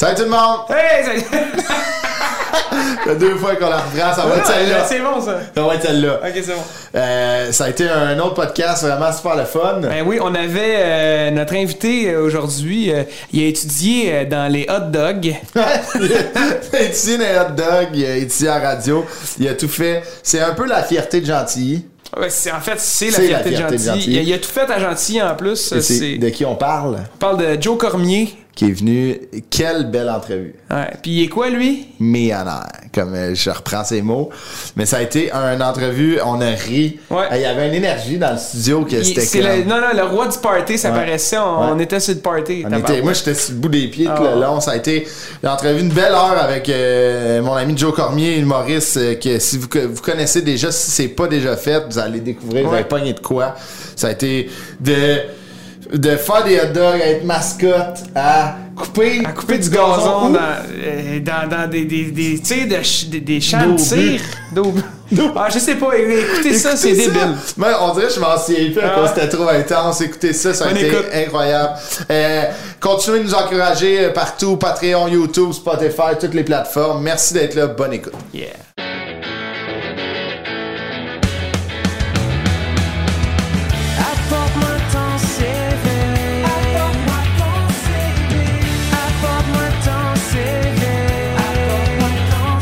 Salut tout le monde! Hey! c'est- Ça fait deux fois qu'on la reprend, ça va être Ah, celle-là. C'est bon ça! Ça va être celle-là. Ok, c'est bon. Euh, ça a été un autre podcast vraiment super le fun. Ben oui, on avait euh, notre invité euh, aujourd'hui. euh, il a étudié euh, dans les hot dogs. il a étudié dans les hot dogs, il a étudié en radio, il a tout fait. C'est un peu la fierté de Gentilly. Ouais, c'est- en fait, c'est la C'est fierté de la fierté de Gentilly. Gentilly. Il, a- il a tout fait à Gentilly en plus. Et euh, c'est c'est- de qui on parle, On parle de Joe Cormier. qui est venu. Quelle belle entrevue. Ouais. Puis il est quoi lui? millionnaire, comme euh, je reprends ces mots. Mais ça a été une entrevue, on a ri. Ouais. Euh, Il y avait une énergie dans le studio que Il- c'était c'est comme... le- non, non, le roi du party, ça Ouais. paraissait. On, Ouais. on était sur le party. On tabarouette. était- moi, j'étais sur le bout des pieds tout Ah. le long. Ça a été une entrevue, une belle heure avec euh, mon ami Joe Cormier, humoriste, euh, que si vous, co- vous connaissez déjà, si c'est pas déjà fait, vous allez découvrir, vous Ouais. allez pogner de quoi. Ça a été de, de faire des hot dogs, à être mascotte, à couper, à couper du gazon dans, euh, dans, dans des, des, des, tu sais, de ch- des, des champs de D'obus. tir. D'obus. Ah, je sais pas, écoutez, ça, c'est Écoutez débile. ça. Mais on dirait que je m'en souviens plus à Ah. cause que c'était trop intense. Écoutez ça, ça a On été écoute. incroyable. Euh, continuez de nous encourager euh, partout, Patreon, YouTube, Spotify, toutes les plateformes. Merci d'être là. Bonne écoute. Yeah. Apporte-moi ton CV. Apporte-moi ton CV. Apporte-moi ton CV. Apporte-moi ton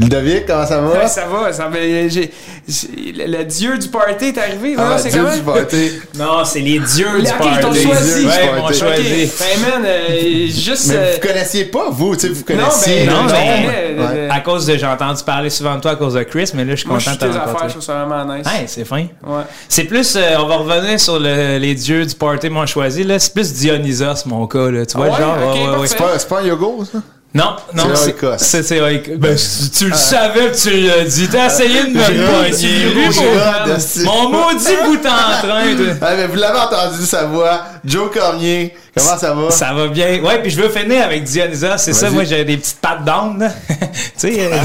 CV. Ludovic, comment ça va? Ouais, ça va, ça va. j'ai- j'ai- le, le dieu du party est arrivé. Ah, non, c'est Dieu quand du même. party. Non, c'est les dieux Les du ok, party. ils t'ont Les choisi. dieux du Ouais, party. ils m'ont Ok. choisi. Ben, man, euh, juste. Mais euh, vous connaissiez pas, vous, tu sais, vous non, connaissiez. le ben, non, nom. mais- mais- Ouais. euh, À cause de j'ai entendu parler souvent de toi à cause de Chris, mais là je suis moi, je content suis de tes t'avoir affaires, je rencontré. trouve ça vraiment nice. Hey, c'est fin. Ouais. C'est plus, euh, on va revenir sur le- les dieux du party, moi choisi. Là, c'est plus Dionysos mon cas. Là, tu vois, Ah ouais? genre. Ok, ouais, ouais, ouais. parfait. C'est pas- C'est pas un yogo, ça? Non, non, C'est Oikos. c'est c'est Oikos. Ben, tu, tu le Ah. savais, puis tu l'as dit. T'as essayé de me J'ai le ri, poigner. j'ai ri, Lui, j'ai mon- ri de style. Mon maudit bout en train de. Ah, mais vous l'avez entendu, sa voix. Joe Cormier, comment ça va? Ça va bien. Ouais, puis je veux finir avec Dionysos. C'est ça, Vas-y. moi, j'ai des petites pattes d'âne. là. tu sais, euh,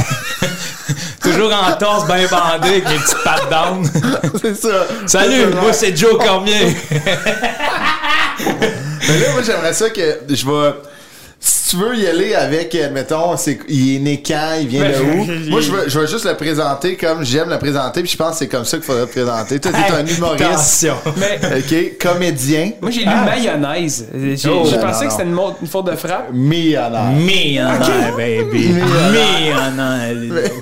toujours en torse bien bandé avec mes petites pattes d'âne. c'est ça. Salut, moi, c'est Joe Cormier. Mais là, moi, j'aimerais ça que je vais. Si tu veux y aller avec, admettons, c'est, il est né quand, il vient de Ben, où. Moi, je veux, je veux juste le présenter comme j'aime le présenter, puis je pense que c'est comme ça qu'il faudrait le présenter. Toi, t'es un humoriste, Attention. Mais ok, comédien, moi, j'ai lu mayonnaise. J'ai j'ai Ah. Oh, pensé non, non. que c'était une, mo- une faute de frappe. millionnaire. Millionnaire, baby. Millionnaire.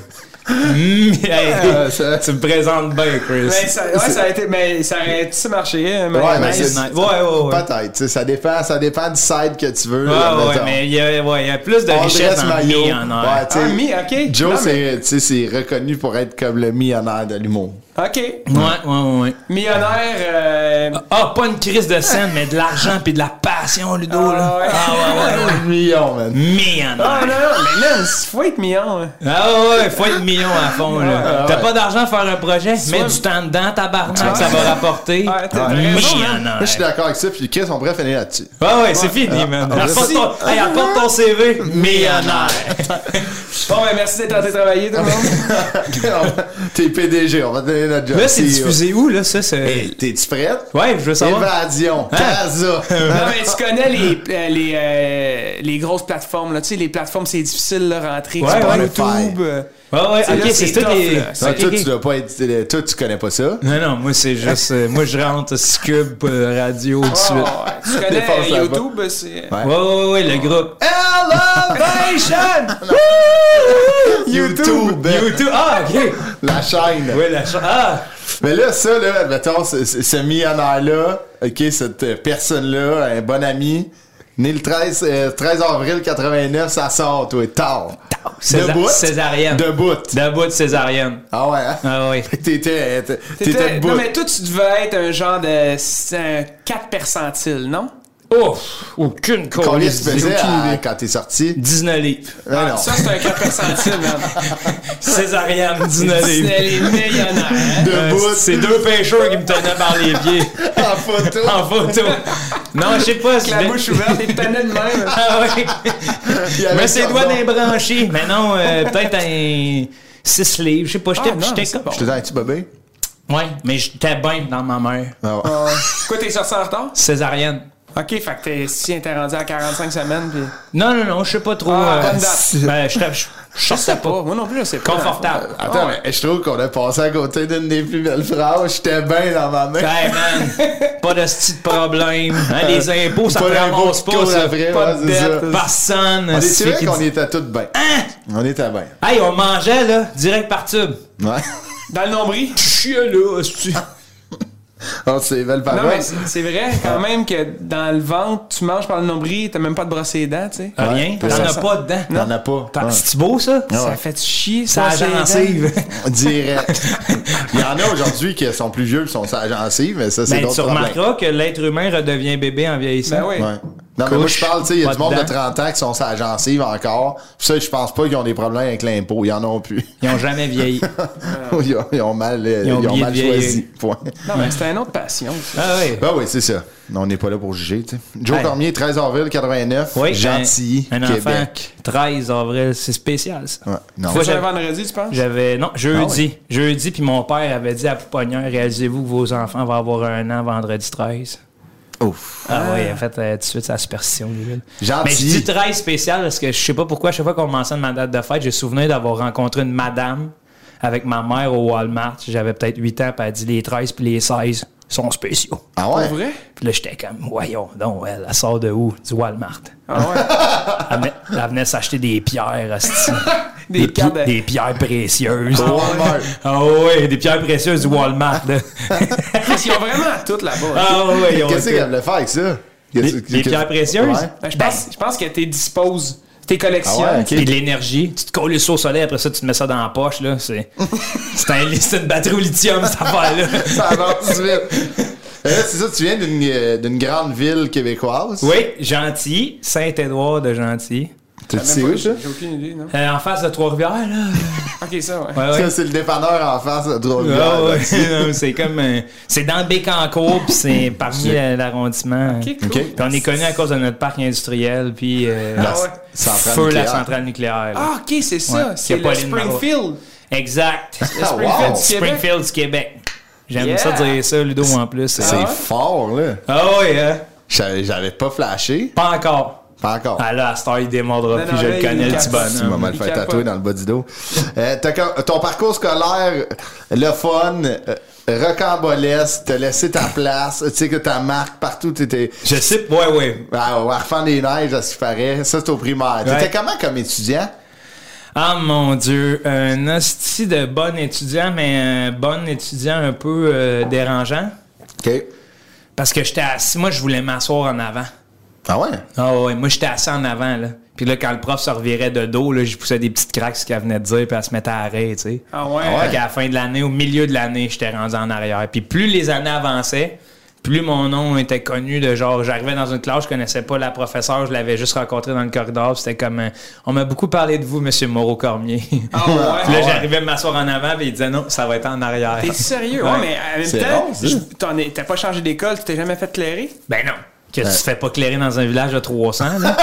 Euh, Millionnaire. ça- Tu me présentes bien, Chris. Mais ça, ouais, ça a été, mais ça aurait tu marché. hein, Ouais, mayonnaise? mais c'est- Nice, nice. Ouais, ouais, ouais. Peut-être, tu sais, ça dépend, ça dépend du side que tu veux. Ouais, là, ouais, admettons. mais il y, a- ouais, il y a plus de On richesse dresse dans maillot. millionnaire. Ouais, tu sais, Ah, mi- ok. Joe, Non, c'est, tu sais, c'est reconnu pour être comme le millionnaire de l'humour. Ok. Ouais, ouais, ouais. Millionnaire. euh, Ah, pas une crise de scène, mais de l'argent puis de la passion, Ludo, là. Ah, ouais. Ah, ouais, ouais. Million, man. Ah Millionnaire. non, non, mais man, faut être mignon. hein. Ah ouais, faut être million à fond, là. T'as pas d'argent à faire un projet? Mets du temps dedans, tabarnak, ça va rapporter. Ah, Ouais, t'as- t'as raison, man. Millionnaire. Moi, je suis d'accord avec ça, puis Chris, on pourrait finir là-dessus. Ah ouais, c'est fini, man. ah, Apporte merci. ton, hey, apporte Ah. ton CV. Millionnaire. Bon, ben merci d'être tenté travailler, tout le monde. T'es PDG, on va te donner notre job. Là, c'est CEO. diffusé où, là, ça? c'est- Hey, T'es-tu prête? Ouais, Hein? je veux savoir. Évasion, Casa. Non, mais tu connais les, euh, les, euh, les grosses plateformes, là. Tu sais, les plateformes, c'est difficile de rentrer. Ouais, tu ouais. parles YouTube. euh, Ouais, ouais, C'est là, ok, c'est c'est tout tough, les. là. Non, Ok, toi, ok. tu dois pas être. Toi, tu connais pas ça. Non, non, moi, c'est juste. euh, moi, je rentre Scub euh, Radio tout de oh, suite. ouais. Tu Dépense connais là-bas. euh, YouTube, c'est. Ouais. Ouais, ouais, ouais, le groupe. Elevation! YouTube. YouTube! Ah, ok! La chaîne. Ouais, la cha- Ah! Mais là, ça, là, mettons, ce, ce- ce millionnaire-là, OK, cette euh, personne-là, un bon ami, né le 13, euh, 13 avril 89, ça sort, toi, tard. César- Debout. Césarienne. Debout. D'abord de Césarienne. Ah ouais, hein? Ah oui. Fait que T'étais. T'étais T'étais- debout. Non, mais toi, tu devais être un genre de. c'est un 4 percentile, non? Oh, aucune Combien colisse. tu faisais à- quand t'es sorti? Ah 19 livres. Non, non. Ça, c'est un 4 percentile, man. Césarienne, 19 livres. C'est les millionnaires. hein. Debout. C'est deux pêcheurs qui me tenaient par les pieds En photo. en photo. Non, je sais pas. si La bouche ouverte, les panneaux de même. Ah oui. Il y avait Mais ses le doigts cordon. débranchés. Mais non, euh, peut-être un 6 livres. Je sais pas. Ah, J'étais non, mais j'étais c'est comme. Je te dis, tu bébé? Ouais, mais j'étais bien dans ma mère. Non. Ah. Quoi, t'es sorti en retard? Césarienne. Ok, fait que t'es si t'es rendu à 45 semaines, pis. Non, non, non, je sais pas trop. Ah, euh, bonne date. ben, je t'a- je- je sortais Oh, pas. moi non plus, je sais pas. Ah, Confortable. Attends, mais je trouve qu'on a passé à côté d'une des plus belles phrases. J'étais bien dans ma main. Hey man, pas de style de problème. Hein, les impôts, ça Pas te d'impôts ramasse qui pas. courent ça. après, pas ouais, de c'est ça. dette, personne. On c'est est qui Hein? vrai qu'on dit- était tous bien. On était bien. Hey, on mangeait là, direct par tube. Ouais. Dans le nombril? Ah. Chier là, Ah. hostie. Oh, c'est des belles Non, paroles. mais c'est c'est vrai quand même que dans le ventre, tu manges par le nombril, t'as même pas de brosser les dents, tu sais. Ah, Rien, Ouais, t'en ça as sent- pas dedans. T'en as pas. T'en- Ouais. C'est-tu beau ça? Ah Ça ouais. fait chier, Ça ça, a c'est gencive. Direct. Il y en a aujourd'hui qui sont plus vieux, qui sont sa gencive, mais ça, c'est Ben, tu d'autres problèmes. remarqueras que l'être humain redevient bébé en vieillissant. Ben oui. Ouais. Non, mais moi, Couche, je parle, tu sais, il y pas a du monde de dedans. 30 ans qui sont sa gencive encore. Puis ça, je pense pas qu'ils ont des problèmes avec l'impôt. Ils en ont plus. Ils ont jamais vieilli. ils, ont, ils ont mal, euh, Ils ils ont ont oublié mal de vieillir. choisi. Point. Non, mais c'est une autre passion. ça. Ah oui. Ben oui, c'est ça. On n'est pas là pour juger, tu sais. Joe Hey. Cormier, 13 avril 89, Ben. Oui, ben, Gentilly, un, un enfant, Québec. 13 avril, c'est spécial ça. Ouais, Ah non. Faut- C'est un vendredi, tu penses? J'avais non jeudi, jeudi puis mon père avait dit à Pouponnière réalisez-vous que vos enfants vont avoir un an vendredi 13. Ouf. Ah, oui, en fait euh, tout de suite sa superstition lui. Gentil. Mais je dis 13 spécial parce que je sais pas pourquoi à chaque fois qu'on mentionne ma date de fête, j'ai souvenir d'avoir rencontré une madame avec ma mère au Walmart, j'avais peut-être 8 ans, puis elle dit les 13 puis les 16 sont spéciaux. Ah ouais? Pour vrai? Puis là, j'étais comme, voyons donc, elle, elle sort de où? Du Walmart. Ah ouais. Elle venait, elle venait s'acheter des pierres, hostie. Des pi- cartes de- des pierres précieuses. Au Walmart. Ah ouais, des pierres précieuses du Walmart. là. Parce qu'ils ont vraiment tout là-bas. ah ouais, ils ont Qu'est-ce été- qu'elle voulait faire avec ça? Des- Qu'est-ce- des qu'est-ce- pierres précieuses? Ouais. Ben, je, pense, je pense que t'es disposes, t'es collections. Ah ouais, ok. Et de l'énergie. Tu te colles ça au soleil, après ça, tu te mets ça dans la poche. là. C'est c'est un, c'est une batterie au lithium, cette affaire-là. Ça avance vite. Euh, Là, c'est ça, tu viens d'une euh, d'une grande ville québécoise. Oui, Gentil, Saint-Édouard de Gentil. Tu Même sais pas, où, ça? J'ai j'ai aucune idée, non? Euh, en face de Trois-Rivières, là. Ok, ça, ouais. Ouais, ouais. Ça, c'est le dépanneur en face de Ah Trois-Rivières. ouais, non, c'est comme euh, un- c'est dans le Bécancour puis c'est parmi la- l'arrondissement. Ok, cool. Ok. Puis on est connu à cause de notre parc industriel puis euh, La Ah ouais. centrale feu la nucléaire. centrale nucléaire. là. Ah, ok, c'est ça. Ouais, C'est qu'il y le a pas les numéros. Springfield. Exact. Le Ah, wow. Springfield du Québec. Springfield du Québec. J'aime Yeah. ça dire ça Ludo en plus. C'est Ah, ouais? fort, là. Ah ouais, hein? J'avais j'avais pas flashé. pas encore. Pas encore. Ah là, à cette heure, il démordra Non, puis non, je là, le il connais le est petit capable. Tu m'as bonhomme. mal fait Il tatouer capote. dans le bas du dos. Euh, t'as com- ton parcours scolaire, le fun, euh, rocambolesque, t'as laissé ta place, tu sais que ta marque partout, t'étais... Je sais, ouais, ouais. Ah, ouais, refaire des neiges, à ce qu'il paraît. Ça, c'est au primaire. Ouais. T'étais comment comme étudiant? Ah mon dieu, un hostie de bon étudiant, mais un bon étudiant un peu euh, dérangeant. OK. Parce que j'étais assis, moi je voulais m'asseoir en avant. Ah ouais? Ah ouais, moi j'étais assis en avant là. Puis là quand le prof se revirait de dos, là, j'y poussais des petites craques ce qu'elle venait de dire, puis elle se mettait à arrêt, tu sais. Ah ouais. Ah ouais. Fait qu'à la fin de l'année, au milieu de l'année, j'étais rendu en arrière. Puis plus les années avançaient, plus mon nom était connu de genre j'arrivais dans une classe, je connaissais pas la professeure, je l'avais juste rencontré dans le corridor, puis c'était comme euh, on m'a beaucoup parlé de vous monsieur Moreau Cormier. Ah ouais. Puis là, j'arrivais m'asseoir en avant, puis il disait non, ça va être en arrière. T'es sérieux? Ouais, Ouais. mais en même C'est temps, long, ça. je- t'en es- t'as pas changé d'école, tu t'es jamais fait clairer? Ben non, que tu te fais pas clairer dans un village de 300 là.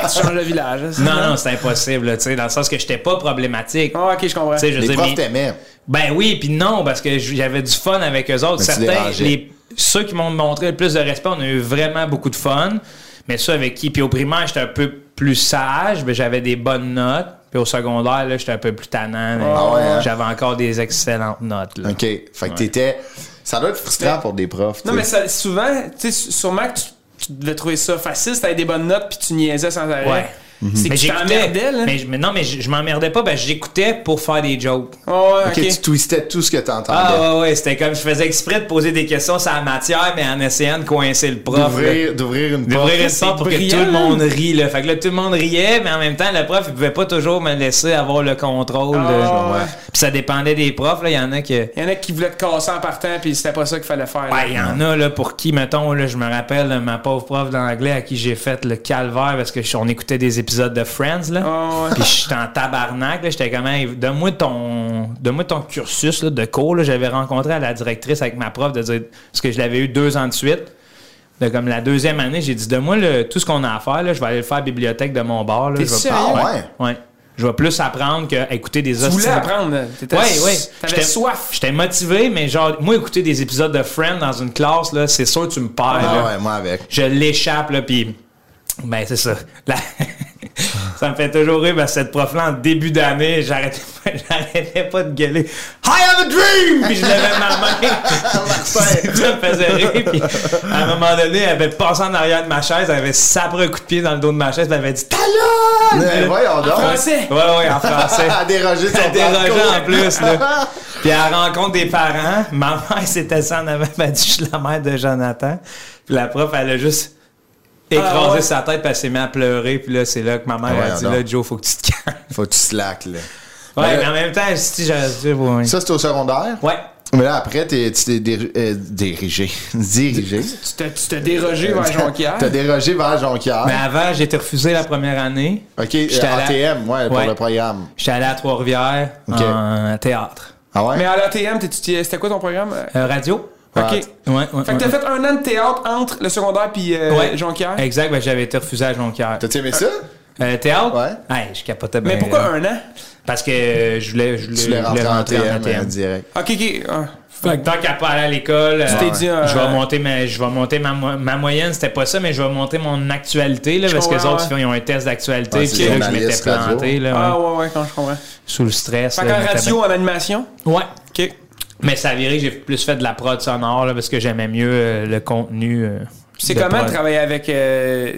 Ben, tu changes de village. hein, c'est Non, ça? non, c'est impossible, là, tu sais, dans le sens que j'étais pas problématique. Ah, ok, je comprends. Tu sais, je veux Les dire, profs mais- t'aimaient. ben oui, puis non, parce que j- j'avais du fun avec eux autres. Mais tu Certains, dérangeais. les- ceux qui m'ont montré le plus de respect, on a eu vraiment beaucoup de fun. Mais ceux avec qui, puis au primaire, j'étais un peu plus sage, mais j'avais des bonnes notes. Puis au secondaire, là, j'étais un peu plus tannant. mais Ah ouais, hein? J'avais encore des excellentes notes. là. OK. Fait que t'étais... Ça doit être frustrant pour des profs. Non, tu mais sais. ça- souvent, tu sais, sûrement que tu, tu devais trouver ça facile si t'avais des bonnes notes puis tu niaisais sans arrêt. Ouais. C'est que Mais tu t'en j'écoutais. merdais, là. Mais, je- mais non, mais je, je m'emmerdais pas, ben j'écoutais pour faire des jokes. Ah ouais, Ok, ok. tu twistais tout ce que t'entendais. Ah ouais, ouais, c'était comme je faisais exprès de poser des questions sur la matière, mais en essayant de coincer le prof. là. D'ouvrir, d'ouvrir une porte. D'ouvrir une porte pour que brillant. tout le monde rie. Là. Fait que là, tout le monde riait, mais en même temps, le prof, il pouvait pas toujours me laisser avoir le contrôle. Ah, là. ouais. Puis ça dépendait des profs. là. Il y en a que... Il y en a qui voulaient te casser en partant, puis c'était pas ça qu'il fallait faire. là. Ouais, il y en a là, pour qui, mettons, là, je me rappelle là, ma pauvre prof d'anglais à qui j'ai fait le calvaire parce que je- on écoutait des épisodes de Friends. Là. Ah ouais. Puis j'étais en tabarnak, là, j'étais comme Hey, donne-moi ton donne-moi ton cursus là, de cours. là. J'avais rencontré à la directrice avec ma prof de dire parce que je l'avais eu deux ans de suite. De comme la deuxième année, j'ai dit donne-moi le- tout ce qu'on a à faire, là, je vais aller le faire à la bibliothèque de mon bar. Là, T'es je vais sérieux? pas- Ah ouais. ouais. Je vais plus apprendre que écouter des Tu voulais hostiles- apprendre. là. T'étais- Ouais, ouais. T'avais soif. J'étais motivé, mais genre, moi, écouter des épisodes de Friends dans une classe, là, c'est sûr, tu me perds. Ah là. ouais, moi avec. Je l'échappe, là, puis... Ben, c'est ça. La- ça me fait toujours rire, parce que cette prof-là, en début d'année, j'arrêtais pas, j'arrêtais pas de gueuler « I have a dream! » Puis je levais ma main. ça me faisait rire. Puis à un moment donné, elle avait passé en arrière de ma chaise, elle avait sapré un coup de pied dans le dos de ma chaise, puis elle avait dit « Ta gueule! Mais voyons donc. français. Ouais, ouais, en français. À déroger son Elle dérogeait en parcours. plus, là. Puis à la rencontre des parents, ma mère s'était assise en avant, elle a dit, je suis la mère de Jonathan. Puis la prof, elle a juste écrasé Ah ouais. sa tête, puis elle s'est mise à pleurer. Puis là, c'est là que ma mère Ah ouais, a dit, non. là, Joe, faut que tu te calmes. Faut que tu slack, là. Ouais, Mais mais, là- en même temps, si j'aurais dû, ouais. Ça, c'était au secondaire. Ouais. Mais là, après, t'es- tu t'es déri- euh, dirigé. dirigé. Tu t'es tu t'as dérogé vers Jonquière. T'as dérogé vers Jonquière. Mais avant, j'ai été refusé la première année. OK, euh, Ben, J'étais allé à- ATM, ouais, pour Ouais. le programme. J'étais allé à Trois-Rivières Ok. en théâtre. Ah ouais? Mais à l'ATM, t'étudiais- c'était quoi ton programme? Euh, Euh, radio. Ok. Ouais. Ouais, ouais, Fait que t'as ouais. fait un an de théâtre entre le secondaire puis euh, Ouais. Jonquière. Exact, ben, j'avais été refusé à Jonquière. T'as-tu aimé ça? Euh, théâtre? Ouais. Hey, je capotais bien. Mais pourquoi là. un an? Parce que euh, je voulais, je voulais, Tu l'es je voulais rentré en rentrer en ATM, euh, ATM. direct. Ok, ok. ah. Fait que tant qu'à pas aller à l'école, euh, t'es dit, euh, je vais monter, ma, je vais monter ma, mo- ma moyenne, c'était pas ça, mais je vais monter mon actualité, là, parce que les comprends, autres, ouais. ils ont un test d'actualité, Ouais, puis c'est c'est là que je m'étais journaliste, radio. planté, là, Ah ouais, ouais, ouais, quand je comprends. sous le stress. Fait là, qu'en je m'étais radio, en animation. bien- Ouais. Ok. Mais ça a viré que j'ai plus fait de la prod sonore, là, parce que j'aimais mieux euh, le contenu. euh, C'est de comment prod. de travailler avec. euh,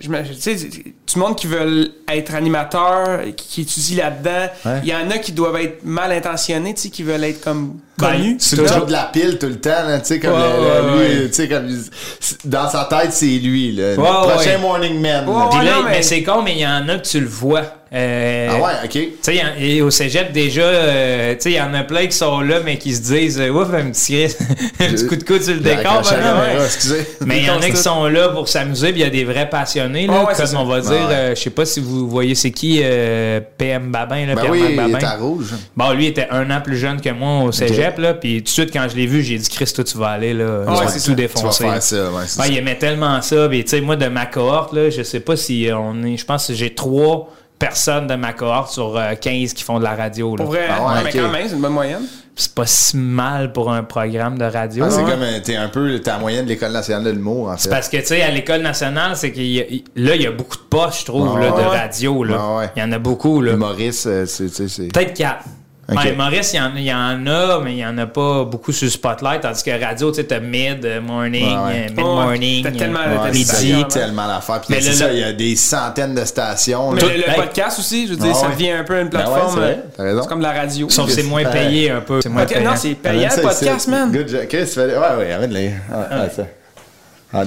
je me- tu sais, du monde qui veulent être animateur, qui, qui étudie là-dedans. Il Ouais. y en a qui doivent être mal intentionnés, tu sais, qui veulent être comme Ben, connus. C'est le job de la pile tout le temps, là, tu sais, comme Ouais, le- le- ouais, lui, ouais. tu sais, comme il- c'est- dans sa tête, c'est lui, là. Le Ouais, prochain ouais. morning man. Ouais, là. Puis ouais. là, non, mais, mais- c'est con, mais il y en a que tu le vois. Euh, Ah ouais, OK. Tu sais, y en- et au cégep, déjà, euh, tu sais, il y en a plein qui sont là, mais qui se disent, euh, ouf, un petit, un petit coup de coude sur le J'ai décor. accroché ben la non, caméra, ouais. excusez. Ben Mais il y en a qui sont là pour s'amuser, puis il y a des vrais passionnés, là, Ah Ouais, ouais, c'est comme ça. on va dire, Ah Ouais, ouais. euh, je sais pas si vous voyez c'est qui, euh, PM Babin, là, Ben Pierre-Marc oui, il Babin. est à rouge. Bon, lui était un an plus jeune que moi au cégep, là, puis tout de suite, quand je l'ai vu, j'ai dit, Chris, toi, tu vas aller, là, tu Ah ouais, vas c'est tout ça. Tu vas défoncer. faire ça, ouais, c'est Ouais, ça. Ben, il aimait tellement ça. Puis, tu sais, moi, de ma cohorte, là, je sais pas si euh, on est. Je pense que j'ai trois personnes de ma cohorte sur euh, 15 qui font de la radio. là. Pour vrai, Ah ouais, hein, mais ok. quand même, c'est une bonne moyenne. C'est pas si mal pour un programme de radio. Ah, C'est Ouais. comme, euh, t'es un peu, t'es à la moyenne de l'École nationale de l'humour, en fait. Parce que, tu sais, à l'École nationale, c'est qu'il y a- il- là, il y a beaucoup de postes, je trouve, Ah Ouais, là, de ouais. radio. Là. Ouais, ouais. Il y en a beaucoup. Là. Humoriste, euh, c'est, tu sais, c'est... Peut-être quatre. Ok. Ouais, Maurice, il y, en, il y en a, mais il y en a pas beaucoup sur Spotlight, tandis que radio, tu sais, t'as mid, euh, morning, Ouais, ouais. Oh, euh, mid-morning. Ouais, t'as tellement- euh, Ouais, Midi, ça midi. dit tellement l'affaire. Puis Mais c'est le- ça, le- il y a des centaines de stations. Mais là. le, le Hey. podcast aussi, je veux dire, Ah ça ouais. devient un peu une Ben ouais, plateforme. euh, c'est vrai, t'as raison. c'est comme de la radio. Sauf que c'est moins payé un peu. C'est moins Ok, payant. non, c'est payant Amène Ah, ça le podcast, ici. man. Good job. Chris, fais- ouais, ouais, amène-les. Ouais, ouais, ça. Ah,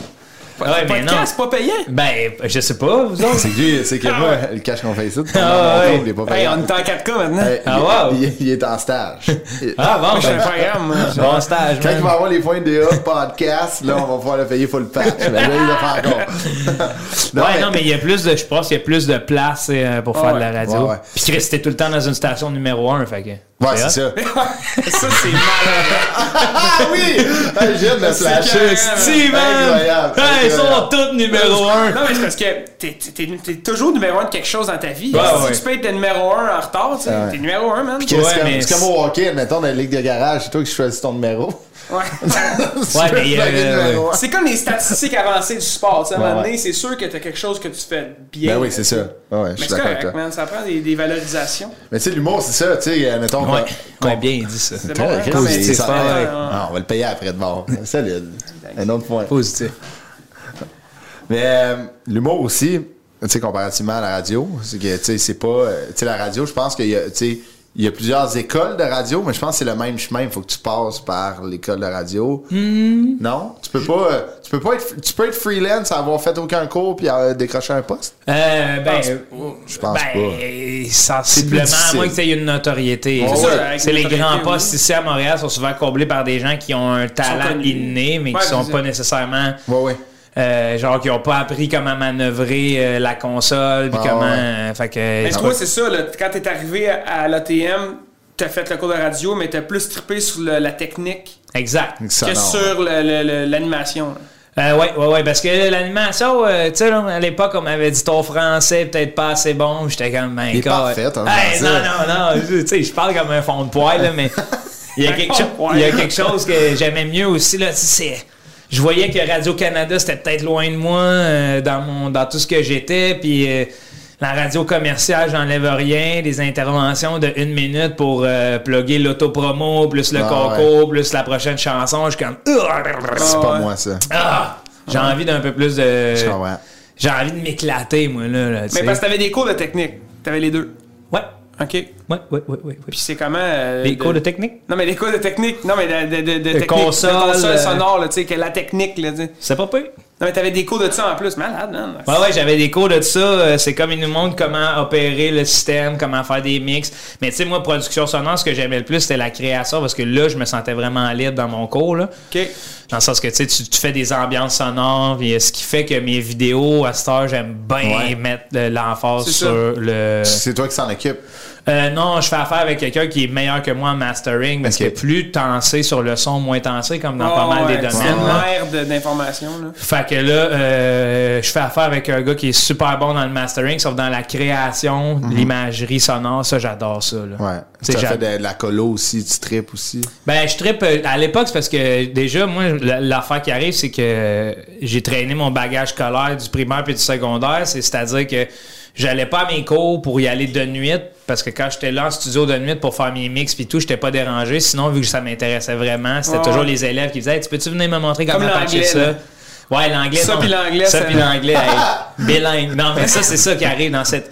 Ouais, mais non. podcast, c'est pas payant. Ben, je sais pas, vous autres. C'est que lui, c'est que moi, le cash qu'on fait ici, Ah, ouais. il est pas Hey, payé. on est en 4K maintenant. Euh, Ah, il- wow. il- Il est en stage. Ah Moi, bon, je suis un ben, programme. moi, je- bon stage, Quand man. il va avoir les points de DA podcast, là, on va pouvoir le payer full patch. Mais là, il va faire encore. ouais, non, mais il y a plus de, je pense qu'il y a plus de place euh, pour faire de la radio. Ouais, ouais. Puis Chris, t'es tout le temps dans une station numéro 1, fait que. Ouais, c'est ça. ça, c'est malade. Ah oui! Hey, je viens de me flasher. carrément. Steven! Incroyable. Hey, ils sont Incroyable. tous numéro 1! Non, mais c'est parce que t'es, t'es- t'es- t'es toujours numéro un de quelque chose dans ta vie. Ouais, si ouais. tu peux être le numéro un en retard, tu sais, t'es numéro un, man. Chris, Ouais, c'est comme- mais- C'est comme au hockey, mettons, dans la ligue de garage, c'est toi qui choisis ton numéro. Ouais. Ouais, mais, euh, ouais. c'est comme les statistiques avancées du sport. tu sais, À un Ouais, moment ouais. donné, c'est sûr que t'as quelque chose que tu fais bien. Ben oui, c'est ça. Ouais, ouais, je Mais suis c'est d'accord avec correct, toi. man. Ça prend des, des valorisations. Mais tu sais, l'humour, c'est ça, tu sais, euh, mettons. Ouais, qu'on- ouais, bien dit ça. C'est Putain, hein? Chris, Non, mais il c'est s'en pas- est. euh, Ah, on va le payer après de bord. Solide. Un autre point. Positif. Mais euh, l'humour aussi, tu sais, comparativement à la radio, c'est que, tu sais, c'est pas, euh, tu sais, la radio, je pense qu'il y a, tu sais, il y a plusieurs écoles de radio, mais je pense que c'est le même chemin. Il faut que tu passes par l'école de radio. Non? Tu peux pas, euh, tu peux pas être, tu peux être freelance sans avoir fait aucun cours puis euh, décrocher un poste? Euh, ben, Je je pense ben, sensiblement, à difficile. moins que tu aies une notoriété. Ouais, C'est ouais. ça, Avec C'est une les grands notoriété, postes oui. ici à Montréal sont souvent comblés par des gens qui ont un talent connus. inné, mais Ouais, qui sont c'est pas ça. nécessairement. Ouais, ouais. euh, genre qui ont pas appris comment manœuvrer euh, la console puis Ah, comment ouais. euh, fait que Mais toi, c'est ça, là, quand t'es arrivé à, à l'ATM, t'as fait le cours de radio, mais t'as plus trippé sur le- la technique exact Ça, que non. sur le- le- le- l'animation. là. Euh, ouais, ouais, ouais, parce que l'animation, euh, tu sais, là, à l'époque, on m'avait dit ton français est peut-être pas assez bon. J'étais comme, ben, Il est God. parfait, ton Hey, français. non, non, non, je- tu sais, je parle comme un fond de poêle, là, mais il y a quelque, Un fond cho- de poêle. il y a quelque chose que j'aimais mieux aussi, là, tu sais, c'est- je voyais que Radio-Canada, c'était peut-être loin de moi euh, dans, mon, dans tout ce que j'étais, puis euh, la radio commerciale, j'enlève rien, des interventions de une minute pour euh, plugger l'autopromo, plus le Ah, concours, plus la prochaine chanson, je suis comme... C'est ouais. pas moi, ça. Ah! J'ai envie d'un peu plus de. Je comprends. J'ai envie de m'éclater, moi, là. là, tu Mais sais. parce que t'avais des cours de technique. T'avais les deux. Ouais, OK. ouais, ouais, ouais, ouais. ouais. Puis c'est comment. euh, Les cours de technique? Non, mais les cours de technique. Non, mais de, de, de, de technique. console, de console euh, sonore, là, tu sais, que la technique, là, tu sais. C'est pas peu. Non, mais t'avais des cours de ça en plus. Malade, hein? Ouais, ouais, j'avais des cours de ça. euh, C'est comme ils nous montrent comment opérer le système, comment faire des mix. Mais tu sais, moi, production sonore, ce que j'aimais le plus, c'était la création parce que là, je me sentais vraiment libre dans mon cours, là. OK. Dans le sens que tu, sais, tu tu fais des ambiances sonores, puis, euh, ce qui fait que mes vidéos, à cette heure, j'aime bien Ouais. mettre de l'emphase C'est sur ça. le. C'est toi qui s'en occupe. Euh, non, je fais affaire avec quelqu'un qui est meilleur que moi en mastering parce Ok. que plus tensé sur le son, moins tensé comme dans pas Oh, mal ouais, des C'est domaines. une là. mer de- d'informations, là. Fait que là, euh, je fais affaire avec un gars qui est super bon dans le mastering, sauf dans la création, l'imagerie sonore, ça j'adore ça. là. Mhm. Ouais. Tu Tu sais, as fait j'ad- de, de la colo aussi, tu tripes aussi. Ben, je trippe euh, à l'époque, c'est parce que déjà, moi, la- l'affaire qui arrive, c'est que euh, j'ai traîné mon bagage scolaire du primaire puis du secondaire. C'est- C'est-à-dire que j'allais pas à mes cours pour y aller de nuit, parce que quand j'étais là en studio de nuit pour faire mes mix puis tout, j'étais pas dérangé. Sinon, vu que ça m'intéressait vraiment, c'était Ouais. toujours les élèves qui disaient Hey, Tu peux-tu venir me montrer Comme comment patcher l'anglais, ça? là. Ouais, l'anglais. Ça non. puis l'anglais, Ça ça- puis l'anglais. hey, bilingue. Non, mais ça, c'est ça qui arrive dans cette.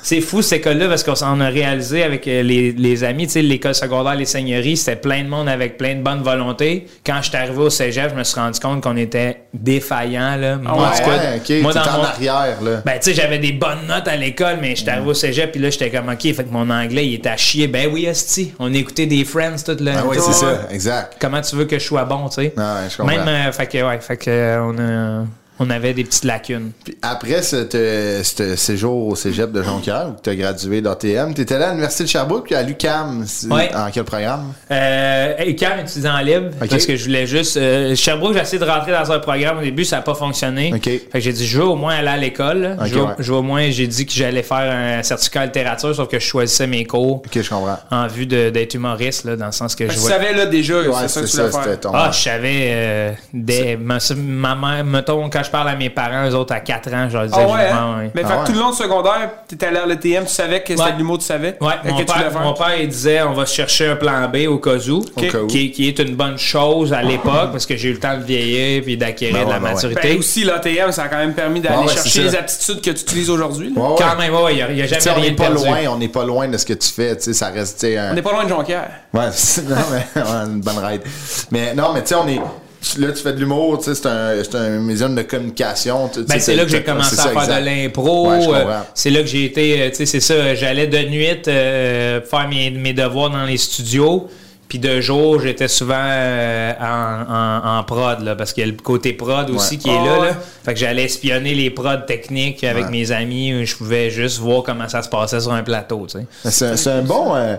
C'est fou cette école-là parce qu'on s'en a réalisé avec euh, les, les amis. Tu sais, l'école secondaire, les seigneuries, c'était plein de monde avec plein de bonne volonté. Quand je suis arrivé au cégep, je me suis rendu compte qu'on était défaillant. Là. Moi, en tout cas, Ah ouais, ok. T'es moi, dans en mon- arrière, là. ben, tu sais, j'avais des bonnes notes à l'école, mais j'étais arrivé au cégep, puis là, j'étais comme, OK, fait que mon anglais, il était à chier. Ben oui, hostie, on écoutait des Friends tout le Ah ouais, tout- c'est ça, exact. Comment tu veux que je sois bon, tu sais? Ah ouais, je comprends. Même, euh, fait que, ouais, fait que, euh, on, a- on avait des petites lacunes. Puis après cet, euh, cet séjour au cégep de Jonquière, où tu as gradué d'ATM, tu étais là à l'Université de Sherbrooke puis à l'UCAM. Ouais. En quel programme? Euh, hey, Cam, étudiant libre, Ok. parce que je voulais juste. euh, Sherbrooke, j'ai essayé de rentrer dans un programme au début, ça n'a pas fonctionné. Ok. Fait que j'ai dit, je veux au moins aller à l'école. là. Ok, je, veux, ouais. je veux au moins, j'ai dit que j'allais faire un certificat en littérature, sauf que je choisissais mes cours Ok, je comprends. en vue de- d'être humoriste, là, dans le sens que Fait que je tu voulais- savais, là, déjà, Ouais, c'est ça c'est que tu voulais ça, faire. c'était ton. Ah, je savais, euh, des, ma, ma mère, mettons, quand je parle à mes parents, eux autres à 4 ans, je leur disais, Ah ouais, vraiment, hein? ouais. Mais Ah fait que ouais. tout le long du secondaire, t'étais allé à l'ETM, tu savais que c'était Ouais. de l'humour, tu savais. Ouais, Fait que mon tu voulais père, faire. mon père, il disait on va se chercher un plan B au cas où, qui, cas où. Qui, qui est une bonne chose à l'époque parce que j'ai eu le temps de vieillir puis d'acquérir Ben de la ouais, ben ouais. maturité. Ben, aussi, l'ATM, ça a quand même permis d'aller Ouais, ouais, chercher c'est les ça. aptitudes que tu utilises aujourd'hui. là. Ouais, ouais. Quand même, ouais, ouais, il n'y a, il y a Tu sais, jamais on rien n'est de pas perdu. loin, on n'est pas loin de ce que tu fais, tu sais, ça reste, tu sais, un... On n'est pas loin de Jonquière. Ouais, c'est- non, mais, ouais, une bonne ride. Mais non, mais tu sais, on est. tu- Là, tu fais de l'humour, tu sais, c'est un, c'est un médium de communication. tu- tu Ben, sais, c'est là que j'ai t'as- commencé c'est ça, à faire exact. de l'impro. Ouais, je comprends. euh, c'est là que j'ai été, euh, tu sais, c'est ça, j'allais de nuit euh, faire mes, mes devoirs dans les studios. Puis de jour, j'étais souvent euh, en, en- en prod, là, parce qu'il y a le côté prod aussi qui est Ah là, ouais. là. Fait que j'allais espionner les prods techniques avec Ouais. mes amis. où Je pouvais juste voir comment ça se passait sur un plateau, tu sais. Mais Ben, C'est un- c'est un bon. euh,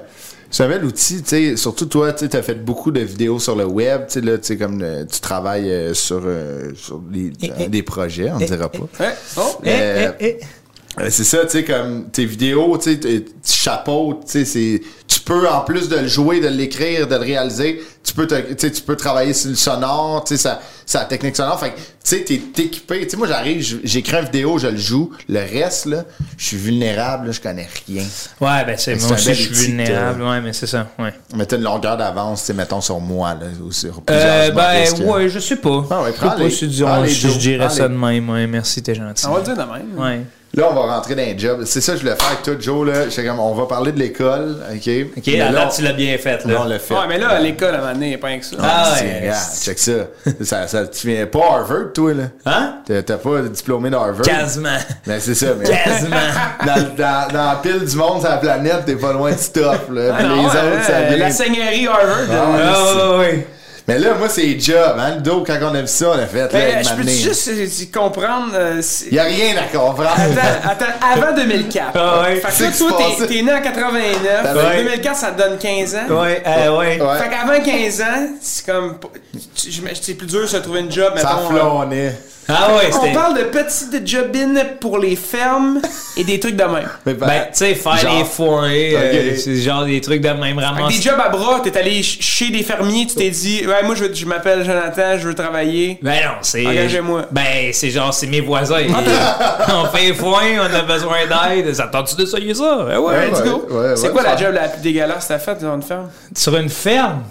c'est un bel outil, tu sais. Surtout toi, tu as fait beaucoup de vidéos sur le web, tu sais, là, tu sais, comme euh, tu travailles euh, sur, euh, sur des, eh, des projets, on ne dira pas. Ouais. Oh, Eh, Euh, eh, eh. Euh, C'est ça, tu sais, comme tes vidéos, tu sais, t'es- tu chapeautes, tu sais, c'est- tu peux, en plus de le jouer, de l'écrire, de le réaliser, tu peux, te- tu sais, tu peux travailler sur le sonore, tu sais, sa, sa technique sonore. Fait que, tu sais, t'es t'es équipé. Tu sais, moi, j'arrive, j- j'écris une vidéo, je le joue. Le reste, là, je suis vulnérable, là, je connais rien. Ouais, ben c'est C'est moi un aussi, bel je suis outil euh, que t'as. vulnérable, ouais, mais c'est ça, ouais. Mais t'as une longueur d'avance, tu sais, mettons, sur moi, là, ou sur plusieurs Euh, ben, humoristes, là. ouais, je sais pas. Ah ouais, je sais pas prends-les. si du- Prends-les, je, je Joe. dirais Prends-les. ça de même. Ouais, merci, t'es gentil. On va le dire de même. Ouais. Là, on va rentrer dans les jobs. C'est ça que je voulais faire avec toi, Joe. Là. J'étais comme, on va parler de l'école. OK. OK, Mais à là, date, tu l'as bien fait, on, là, là. on l'a fait. Ouais, mais ben, là, à l'école, à un moment donné, il n'y a pas rien que ça. Ah, Tiens, ouais. regarde, check ça. ça, ça. Tu viens pas à Harvard, toi, là. Hein? T'es- T'as pas diplômé d'Harvard. Quasiment. Ben, c'est ça, mais. Quasiment. dans, dans, dans la pile du monde sur la planète, t'es pas loin du top, là. Puis Ah, les non, autres, ouais, ça euh, vient- La seigneurie Harvard. Ah, ouais, euh, c'est- Ah, ouais, ouais. Mais là, moi, c'est job, hein. Le dos, quand on a vu ça, on l'a fait, là, ben, une je peux matinée. juste euh, tu comprendre. euh, c'est- Il y a rien à comprendre. Attends, attends, avant 2004. Ah, ouais. Fait que C'est là, que toi, c'est t'es- passé. t'es né en 89. Ouais. 2004, ça te donne 15 ans. Ouais, euh, ouais. Ouais. Fait qu'avant 15 ans, c'est comme. tu- j'imagine- C'est plus dur de se trouver une job. Ça mettons, euh, flonnait. Ah, ouais, On c'était. parle de petites jobines pour les fermes et des trucs de même. Mais Ben, tu sais, faire Genre. des fourrés, euh, Ok. c'est genre des trucs de Fait même que ramasser. des jobs à bras, t'es allé ch- chez des fermiers, tu t'es dit, ouais, moi je, veux- je m'appelle Jonathan, je veux travailler. Ben non, c'est. Engagez-moi. Ben, c'est genre, c'est mes voisins. Ils- on fait foin, on a besoin d'aide. Ça tente-tu d'essayer ça? Ben ouais, Ouais, let's ouais, go. ouais, C'est ouais, quoi la ça- job la plus dégueulasse que t'as faite dans une ferme? Sur une ferme?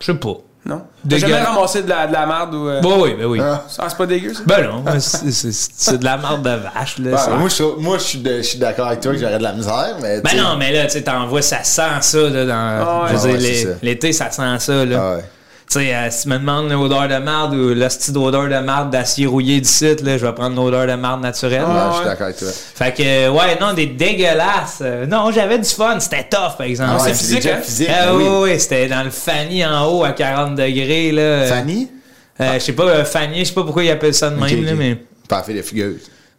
Je sais pas. Non? T'as jamais Dégueulasse. ramassé de la, de la marde ou. euh, Bon, oui, ben oui. Ah. Ah, c'est pas dégueu ça? Ben non, c'est- c'est c'est de la marde de vache, là. Ouais, ça. ben, moi, je, trouve- moi, je suis de- je suis d'accord avec toi que j'aurais de la misère, mais. Ben tu sais, non, mais là, tu sais, t'envoies, ça sent ça, là, dans. Ah ouais. je veux Ah ouais, dire, c'est les- ça. l'été, ça sent ça, là. Ah ouais. Tu sais, euh, si tu me demandes l'odeur de marde ou la style d'odeur de marde d'acier rouillé du site, là, je vais prendre l'odeur de marde naturelle. Ouais, Ah je ouais. suis d'accord avec toi. Fait que, euh, ouais, non, des dégueulasses. Euh, Non, j'avais du fun, c'était tough, par exemple. Ah ouais, C'est c'est physique, déjà hein? physique, Ah ben oui. oui, oui, c'était dans le Fanny en haut à 40 degrés, là. Euh, Fanny? euh, Je sais pas, euh, Fanny, je sais pas pourquoi ils appellent ça de même, Ok, là, ok. mais. Pas fait des figures.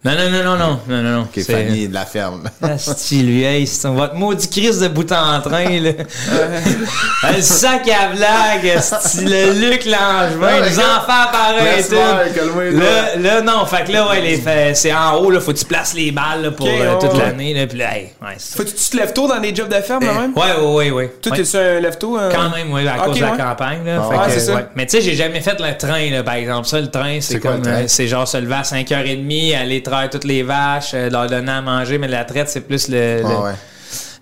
Non, non, non, non, non, non, non, non. Ok, Fanny de la ferme. Ah Asti, lui, hey, c'est votre maudit crise de bout en train, là. Euh, le sac à blague, asti, le Luc Langevin, Ouais, les mais enfants pareils, laisse tout. faire, calme-toi. Là, là, non, fait que là, ouais, les fa- c'est en haut, là, faut que tu places les balles, là, pour Ok, euh, ouais, toute ouais. l'année, là, puis là, hey, ouais, c'est Faut que tu te lèves tôt dans des jobs de ferme, là, même? Eh, Ouais, ouais, ouais, ouais. Toi, Ouais. t'es-tu un lève-tôt? euh? Quand même, oui, à Ok, cause de la ouais. campagne. Là, Ah Fait ouais, que, c'est ça. Mais tu sais, j'ai jamais fait le train, là, par exemple. Ça, le train, c'est C'est quoi, comme. le train? euh, C'est genre se lever à 5h30, aller traire toutes les vaches, euh, leur donner à manger, mais la traite, c'est plus le. le- Ah ouais.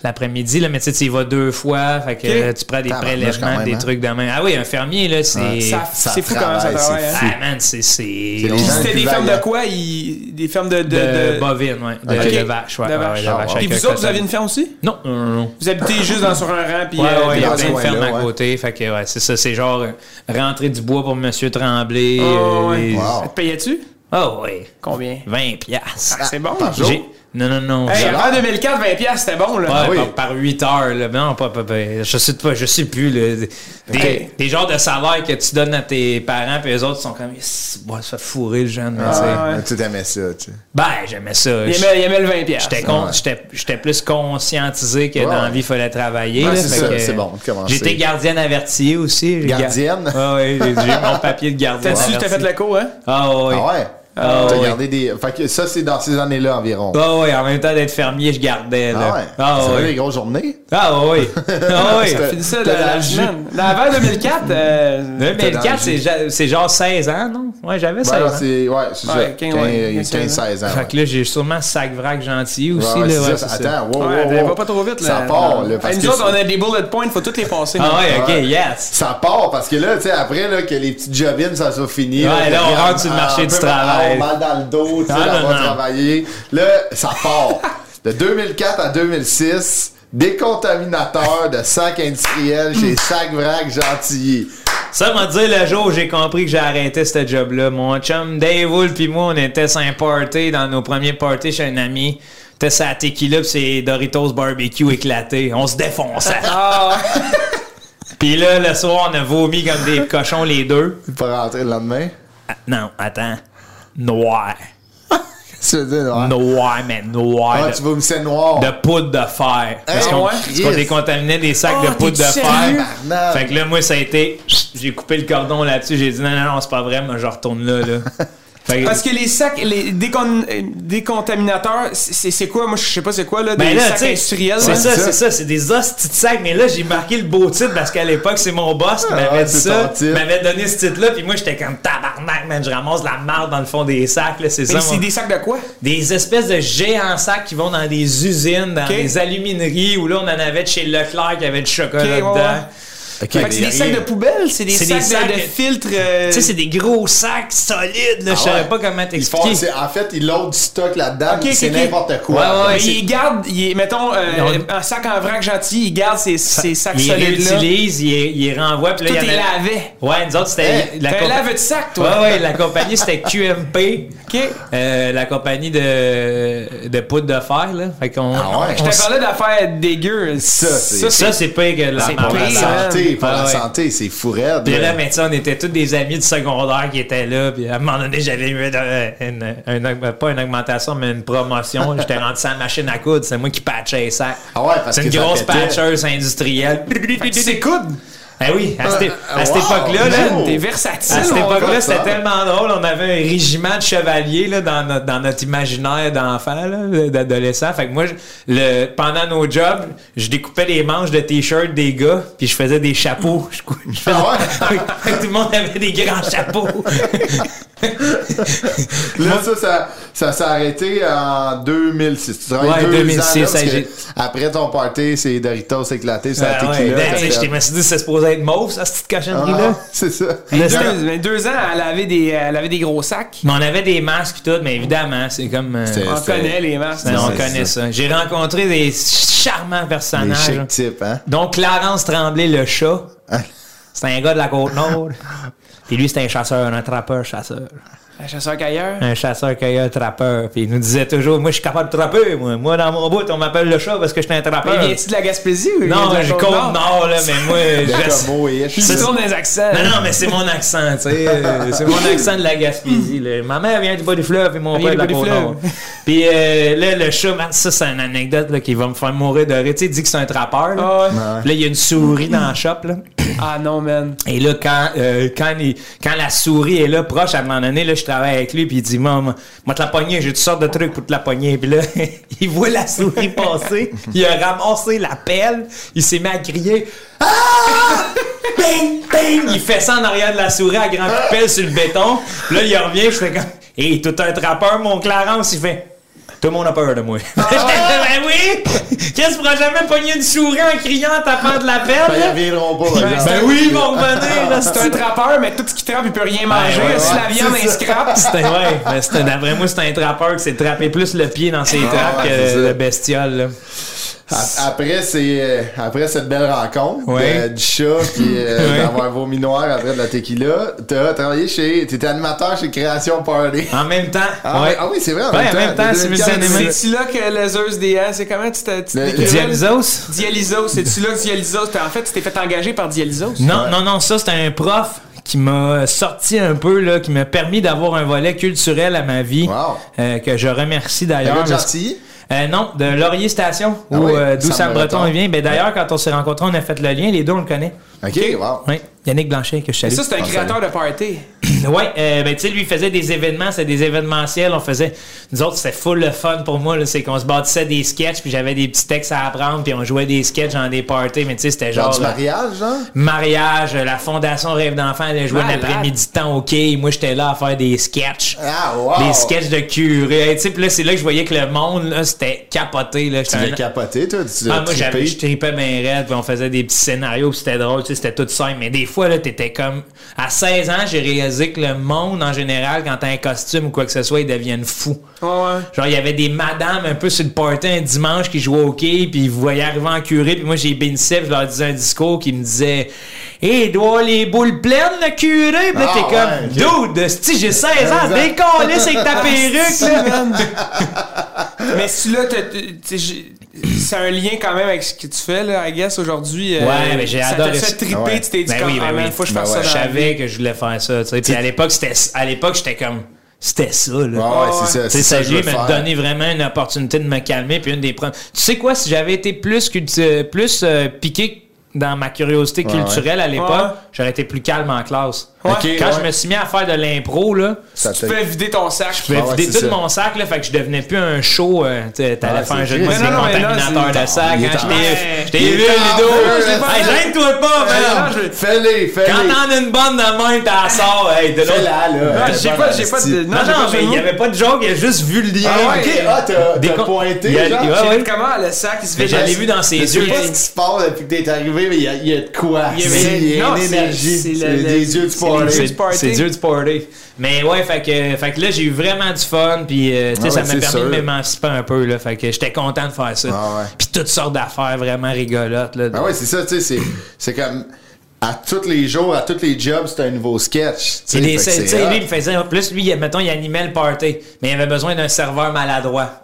L'après-midi, là, mais tu sais, tu y vas deux fois, fait que Ok. euh, tu prends des Tabarnouche, prélèvements, quand même, des hein. trucs de main. Ah oui, un fermier, là, c'est. Ça- Ça C'est fou comment ça travaille, c'est travaille. hein? fou. Ah, man, c'est. C'est C'est de, long. Puis C'était Plus des fermes de vaillant. quoi? ils- Des fermes de. de, de- bovine, ouais. De, Ok. de vache, ouais. De ouais, vache. de vache Ah, Puis avec vous autres, un vous coton. avez une ferme aussi? Non, non, non, non. Vous habitez juste dans, sur un rang, puis. Ouais, euh, ouais, il y a dans ce plein de fermes coin-là, à ouais. côté. Fait que, ouais, c'est ça. C'est genre euh, rentrer du bois pour Monsieur Tremblay. Oh, euh, ouais. les- Wow. Ah, Ça te payais-tu? Ah ouais. Combien? 20 piastres. C'est bon. Par jour? J'ai- Non, non, non. Hey, j'ai- avant 2004, 20 piastres, c'était bon, là. Ouais, Ah oui. par, par 8 heures, là. Non, pas, pas, pas- je sais pas, je sais plus, là. Des, Hey. des genres de salaires que tu donnes à tes parents, puis eux autres sont comme, Yes, bon, ça fait fourrer le jeune, Ah. mais tu sais. Ah ouais. Mais Tu t'aimais ça, tu sais. Ben, j'aimais ça. Il aimait, il aimait le 20 piastres. J'étais con- Ouais. j'étais- j'étais plus conscientisé que Ouais. dans la vie, il fallait travailler. Ouais, là, c'est fait ça, que- c'est bon de commencer. J'étais gardienne avertie aussi. j'ai gar- Gardienne? Ah ouais, j'ai j'ai mon papier de gardienne. T'as-tu, t'as fait avertie. le cours, hein? Ah ouais. Ah ouais? Ah T'as ouais. gardé des. Fait que ça, c'est dans ces années-là environ. Ah ouais, en même temps d'être fermier, je gardais. Ah Là. ouais? Ah Ça ouais. fait des grosses journées? Ah oui. Ah oui. Fini ça T'as la, la la ju- semaine. Là, avant 2004, euh, 2004, c'est ja- c'est genre 16 ans, non? Ouais, j'avais 16 Ouais, non, ans. Ben c'est. Ouais, c'est ça. Ouais, quinze- ouais, quinze, 15-16 ans. Fait ouais. que là, j'ai sûrement sac vrac gentil aussi. Ouais, ouais, là, c'est ouais, ça. c'est ça. Attends, wow, ouais, wow, elle oh. wow. va pas trop vite, là. Ça part, là. Hey, parce nous que autres, on ça- a des bullet points, faut toutes les passer. Ah ouais, ok, Ouais. yes. Ça part parce que là, tu sais, après là, que les petites jobines, ça soit fini. Ouais, là, on t'es rentre sur le un- marché un du peu travail. Mal, mal dans le dos, tu sais, Ah, là, non, on va non. travailler. Là, ça part. De 2004 à 2006, décontaminateur de sacs industriels chez Sac Vrac Gentilly. Ça m'a dit le jour où j'ai compris que j'ai arrêté ce job-là. Mon chum Dave Wool puis moi, on était sur un party dans nos premiers parties chez un ami. T'es sa tequila pis c'est Doritos barbecue éclaté. On se défonçait. Ah, Puis là, le soir, on a vomi comme des cochons les deux. Pour rentrer le lendemain. Ah, non, attends. Noir. Tu veux dire, ouais. Noir, mais noir. Ah, de- tu vas me c'est noir. de poudre de fer. Parce Hey, qu'on Ah. Eh, ouais? parce qu'on Yes. décontaminait des sacs Oh, de poudre de t'es-tu sérieux? fer. Tabarnak. Fait que là, moi, ça a été. J'ai coupé le cordon là-dessus. J'ai dit non, non, non, c'est pas vrai, mais je retourne là. là. Fait que- parce que les sacs, les décon- euh, décontaminateurs, c'est- c'est c'est quoi? Moi, je sais pas c'est quoi, là. Des ben là, tu sacs sais, industriels. hein. c'est là. ça, C'est c'est ça. ça, c'est des hosties de sacs. Mais là, j'ai marqué le beau titre parce qu'à l'époque, c'est mon boss qui Ah, m'avait ouais, dit c'est ça, ton titre. m'avait donné ce titre-là. Puis moi, j'étais comme tabarnak, man, je ramasse de la marde dans le fond des sacs. là, C'est ça. Mais mon- c'est des sacs de quoi? des espèces de géants sacs qui vont dans des usines, dans Ok. des alumineries, où là, on en avait de chez Leclerc qui avait du chocolat Ok, ouais, dedans. ouais. Ok, Fait que mais c'est y a des sacs rien. de poubelle, c'est des, C'est sacs, des de- de, sacs- filtres. euh, Tu sais, c'est des gros sacs solides, là. je Ah ouais. savais pas comment Ils font- t'expliquer. c'est- en fait, ils loadent du stock là-dedans, Ok, puis ok, c'est ok. n'importe quoi. Ouais, ouais, Mais c'est- ils gardent, ils- mettons, euh, Non. un sac en vrac gentil, ils gardent ces, ces sacs Ils solides-là. Tout réutilisent, ils, ils renvoient. Puis là, il y en est a- lavé. Ouais, nous autres, c'était. Hey, la t'as un compa- lave de sac, toi. Ouais, ouais, la compagnie, c'était QMP. OK. euh, la compagnie de, de poudre de fer, là. Fait qu'on. Ah ouais, on Je te s- parlais d'affaires dégueu. Ça, c'est- Ça, Ça, c'est... c'est pas que la C'est Pour la pire, marmalade. hein. santé, pour Ah la ouais. santé, c'est fou raide. Puis là. là, maintenant, on était tous des amis du secondaire qui étaient là. Puis à un moment donné, j'avais eu euh, une, une aug- pas une augmentation, mais une promotion. J'étais rendu à la machine à coudre. C'est moi qui patchais ça. Ah ouais, parce C'est une que ça grosse pétait. patcheuse industrielle. C'est coudes. Ah oui, à cette, à cette Euh, wow, époque-là, là, no. T'es t'es- versatile. à cette mon gars. époque-là, voit Ah, c'était ça. tellement drôle. On avait un régiment de chevaliers là, dans, notre, dans notre imaginaire d'enfant, là, d'adolescent. Fait que moi, je- le, pendant nos jobs, je découpais les manches de t-shirts des gars, puis je faisais des chapeaux. Je, cou- je faisais- Ah ouais? Fait que tout le monde avait des grands chapeaux. Là, ça, ça, ça s'est arrêté en 2006. Tu travailles Ouais, deux 2006, ans, là, parce ça, que j'ai- après ton party, c'est Doritos éclaté, c'est la Ah ouais, tequila. ben, tu sais, je me suis dit, c'est supposé être mauve, ça, cette petite hein. Ah, cochonnerie-là. c'est ça. Mais c'était- Deux, mais deux ans, elle avait des, elle avait des gros sacs. mais on avait des masques et tout, mais évidemment, c'est comme... euh, C'est- On C'était- connaît les masques. Ben, Non, on c'est connaît ça. ça. J'ai rencontré des charmants Des personnages. chic types, hein? Donc, Clarence Tremblay, le chat, c'est un gars de la Côte-Nord. Puis lui, c'était un chasseur, un trappeur-chasseur. Un chasseur cailleur. Un chasseur-cueilleur-trappeur. Puis il nous disait toujours, moi, je suis capable de trapper, moi. Moi, dans mon bout, on m'appelle le chat parce que je suis un Mais trappeur. viens-tu de la Gaspésie ou non, viens-tu de la je compte Côte-Nord? nord, là, mais moi, je... Comme ish Tu tournes les accents. Non, non, mais c'est mon accent, tu sais. euh, C'est mon accent de la Gaspésie. Là. Ma mère vient du bas du fleuve et mon Elle père de la vient du bas du Côte-Nord. fleuve. Puis euh, là, le chat, man, ça, c'est une anecdote là, qui va me faire mourir de rire. Tu sais, il dit que c'est un trappeur. Là. Ah ouais. Puis là, il y a une souris dans la shop. Là. Ah non, man. Et là, quand, euh, quand, il- quand la souris est là, proche, à un moment donné, là, je travaille avec lui, puis il dit, maman, moi, te la pogner, j'ai toutes sortes de trucs pour te la pogner. Puis là, il voit la souris passer, il a ramassé la pelle, il s'est mis à crier, ah! Bing, bing! Il fait ça en arrière de la souris à grand coup de pelle sur le béton. Puis là, il revient, je fais comme, hé, tout un trappeur, mon Clarence, il fait, tout le monde a peur de moi. J'étais là, ben oui! Qu'est-ce que tu pourras jamais pogner une souris en criant, en tapant de la pelle? Ben, ils là? reviendront pas, hein. par Ben, exemple. ben oui, ils vont revenir. là, C'est un trappeur, mais tout ce qui trappe, il peut rien manger. Ben, ouais, si ouais. la viande est scrap, C'était, ouais, mais c'était, d'après moi, c'est un trappeur qui s'est trappé plus le pied dans ses trappes ouais, c'est que ça. le bestiole. là. A- Après, c'est, euh, après cette belle rencontre Ouais. euh, du chat puis euh, Ouais. d'avoir vomi noir après de la tequila, t'as travaillé chez. T'étais animateur chez Création Party. En même temps, Ah, ouais. ah oui, c'est vrai. En Ouais, même en temps, même temps, de c'est 2004, multi-animé. c'est-tu là que les Zeus DS, c'est comment tu t'es Le- Dialysos? Dialysos, c'est-tu là que Dialysos, t'as- en fait, tu t'es fait engager par Dialysos? Non, non, non, ça, c'était un prof qui m'a sorti un peu, là, qui m'a permis d'avoir un volet culturel à ma vie. Wow. euh, que je remercie Le gars d'ailleurs. de Gentilly? Euh, non, de Laurier Station, Ah où, oui, euh, d'où Sam Sam Breton. Breton vient. Ben, d'ailleurs, quand on s'est rencontrés, on a fait le lien, les deux, on le connaît. Ok, wow. Oui, Yannick Blanchet, que je salue. Ça, c'est un Ah, créateur de party. Ouais, euh, ben tu sais, lui il faisait des événements, c'était des événementiels, on faisait. Nous autres, c'était full le fun pour moi, là, c'est qu'on se bâtissait des sketchs, puis j'avais des petits textes à apprendre, puis on jouait des sketchs dans des parties, mais tu sais, c'était Genre genre. du là, mariage, genre? mariage, euh, la fondation Rêve d'enfant, elle jouait Malade. l'après-midi de temps, ok, moi j'étais là à faire des sketchs. Ah, wow. Des sketchs de curé, Hey, tu sais, puis là, c'est là que je voyais que le monde, là, c'était capoté, là. Tu J'étais l'as un- capoté, toi? Tu l'as ah, moi, j'avais, trippé? je tripais mes rêves, puis on faisait des petits scénarios, puis c'était drôle, tu sais, c'était tout simple. Mais des fois, là, t'étais comme. À 16 ans, j'ai réalisé que le monde, en général, quand t'as un costume ou quoi que ce soit, ils deviennent fous. Ouais, ouais. Genre, il y avait des madames un peu sur le party un dimanche qui jouaient au hockey, puis ils voyaient arriver en curé, puis moi, j'ai bénissais, puis je leur disais un discours qui me disait Hé, il doit avoir les boules pleines, le curé! Puis là, Ah, t'es comme Dude, si j'ai 16 ans, ans. décollé, c'est que ta perruque, là! Mais celui-là, t'as- t'as- t'sais, j'ai- c'est un lien quand même avec ce que tu fais, là, I guess, aujourd'hui. euh, Ouais, mais j'ai ça adoré t'a ça. fait triper, Ouais. tu t'es dit, Ben comme, oui, ben ah, man, oui. faut que je Ben fasse ouais. Je ça. dans la vie. savais que je voulais faire ça, tu sais. Puis à l'époque, c'était à l'époque, j'étais comme c'était ça Ouais, là. ouais, ouais. c'est ça. Tu sais, c'est ça ça que je lui veux m'a faire. donné vraiment une opportunité de me calmer puis une des premières. Tu sais quoi, si j'avais été plus cultu- euh, plus euh, piqué dans ma curiosité Ouais, culturelle à l'époque, Ouais. j'aurais été plus calme en classe. Ouais. Ok, Quand ouais. je me suis mis à faire de l'impro, là, Ça Tu te- peux vider ton sac. je pouvais Ah ouais, vider c'est tout ça. mon sac, là, fait que je devenais plus un show. euh, tu sais, T'allais Ah, faire un c'est jeu de triste. Mais non, non, mais là, contaminateur de c'est- sac. Il est hein, en- Je t'ai- je t'ai Il est vu, en- Ludo. Je l'ai pas Hey, fait. Gêne-toi pas, man. je- Fais-les, fais-les. Quand t'en as une bonne de même, t'en sors. Hey, de l'autre. Fais-la, là. Ah, j'ai pas, j'ai pas de. Non, j'ai non, pas mais de il n'y mot. avait pas de joke, il a juste vu le lien. Ah, ok, ah, t'as Des t'as con- pointé, Il y a- genre? il y a- J'ai ouais. fait comment le sac il se Mais vide. j'avais vu dans ses Je sais yeux. pas ce qui se passe depuis que t'es arrivé, mais il y a- il y, a de quoi. Il y a- C'est- Il y a non, une c'est- énergie. c'est C'est le- le- des yeux du c'est les parler. yeux C'est du party. c'est dur du party. Mais ouais, fait que, fait que là, j'ai eu vraiment du fun, puis euh, tu sais, Ah ça ouais, m'a c'est permis sûr. de m'émanciper un peu, là. Fait que j'étais content de faire ça. Ah ouais. Puis toutes sortes d'affaires vraiment rigolotes, là. Ah ouais, c'est ça, tu sais, c'est- c'est comme à tous les jours, à tous les jobs, c'est un nouveau sketch. C'est fait que des- tu c'est sais, lui, hot. il me faisait, plus lui, mettons, il animait le party, mais il avait besoin d'un serveur maladroit.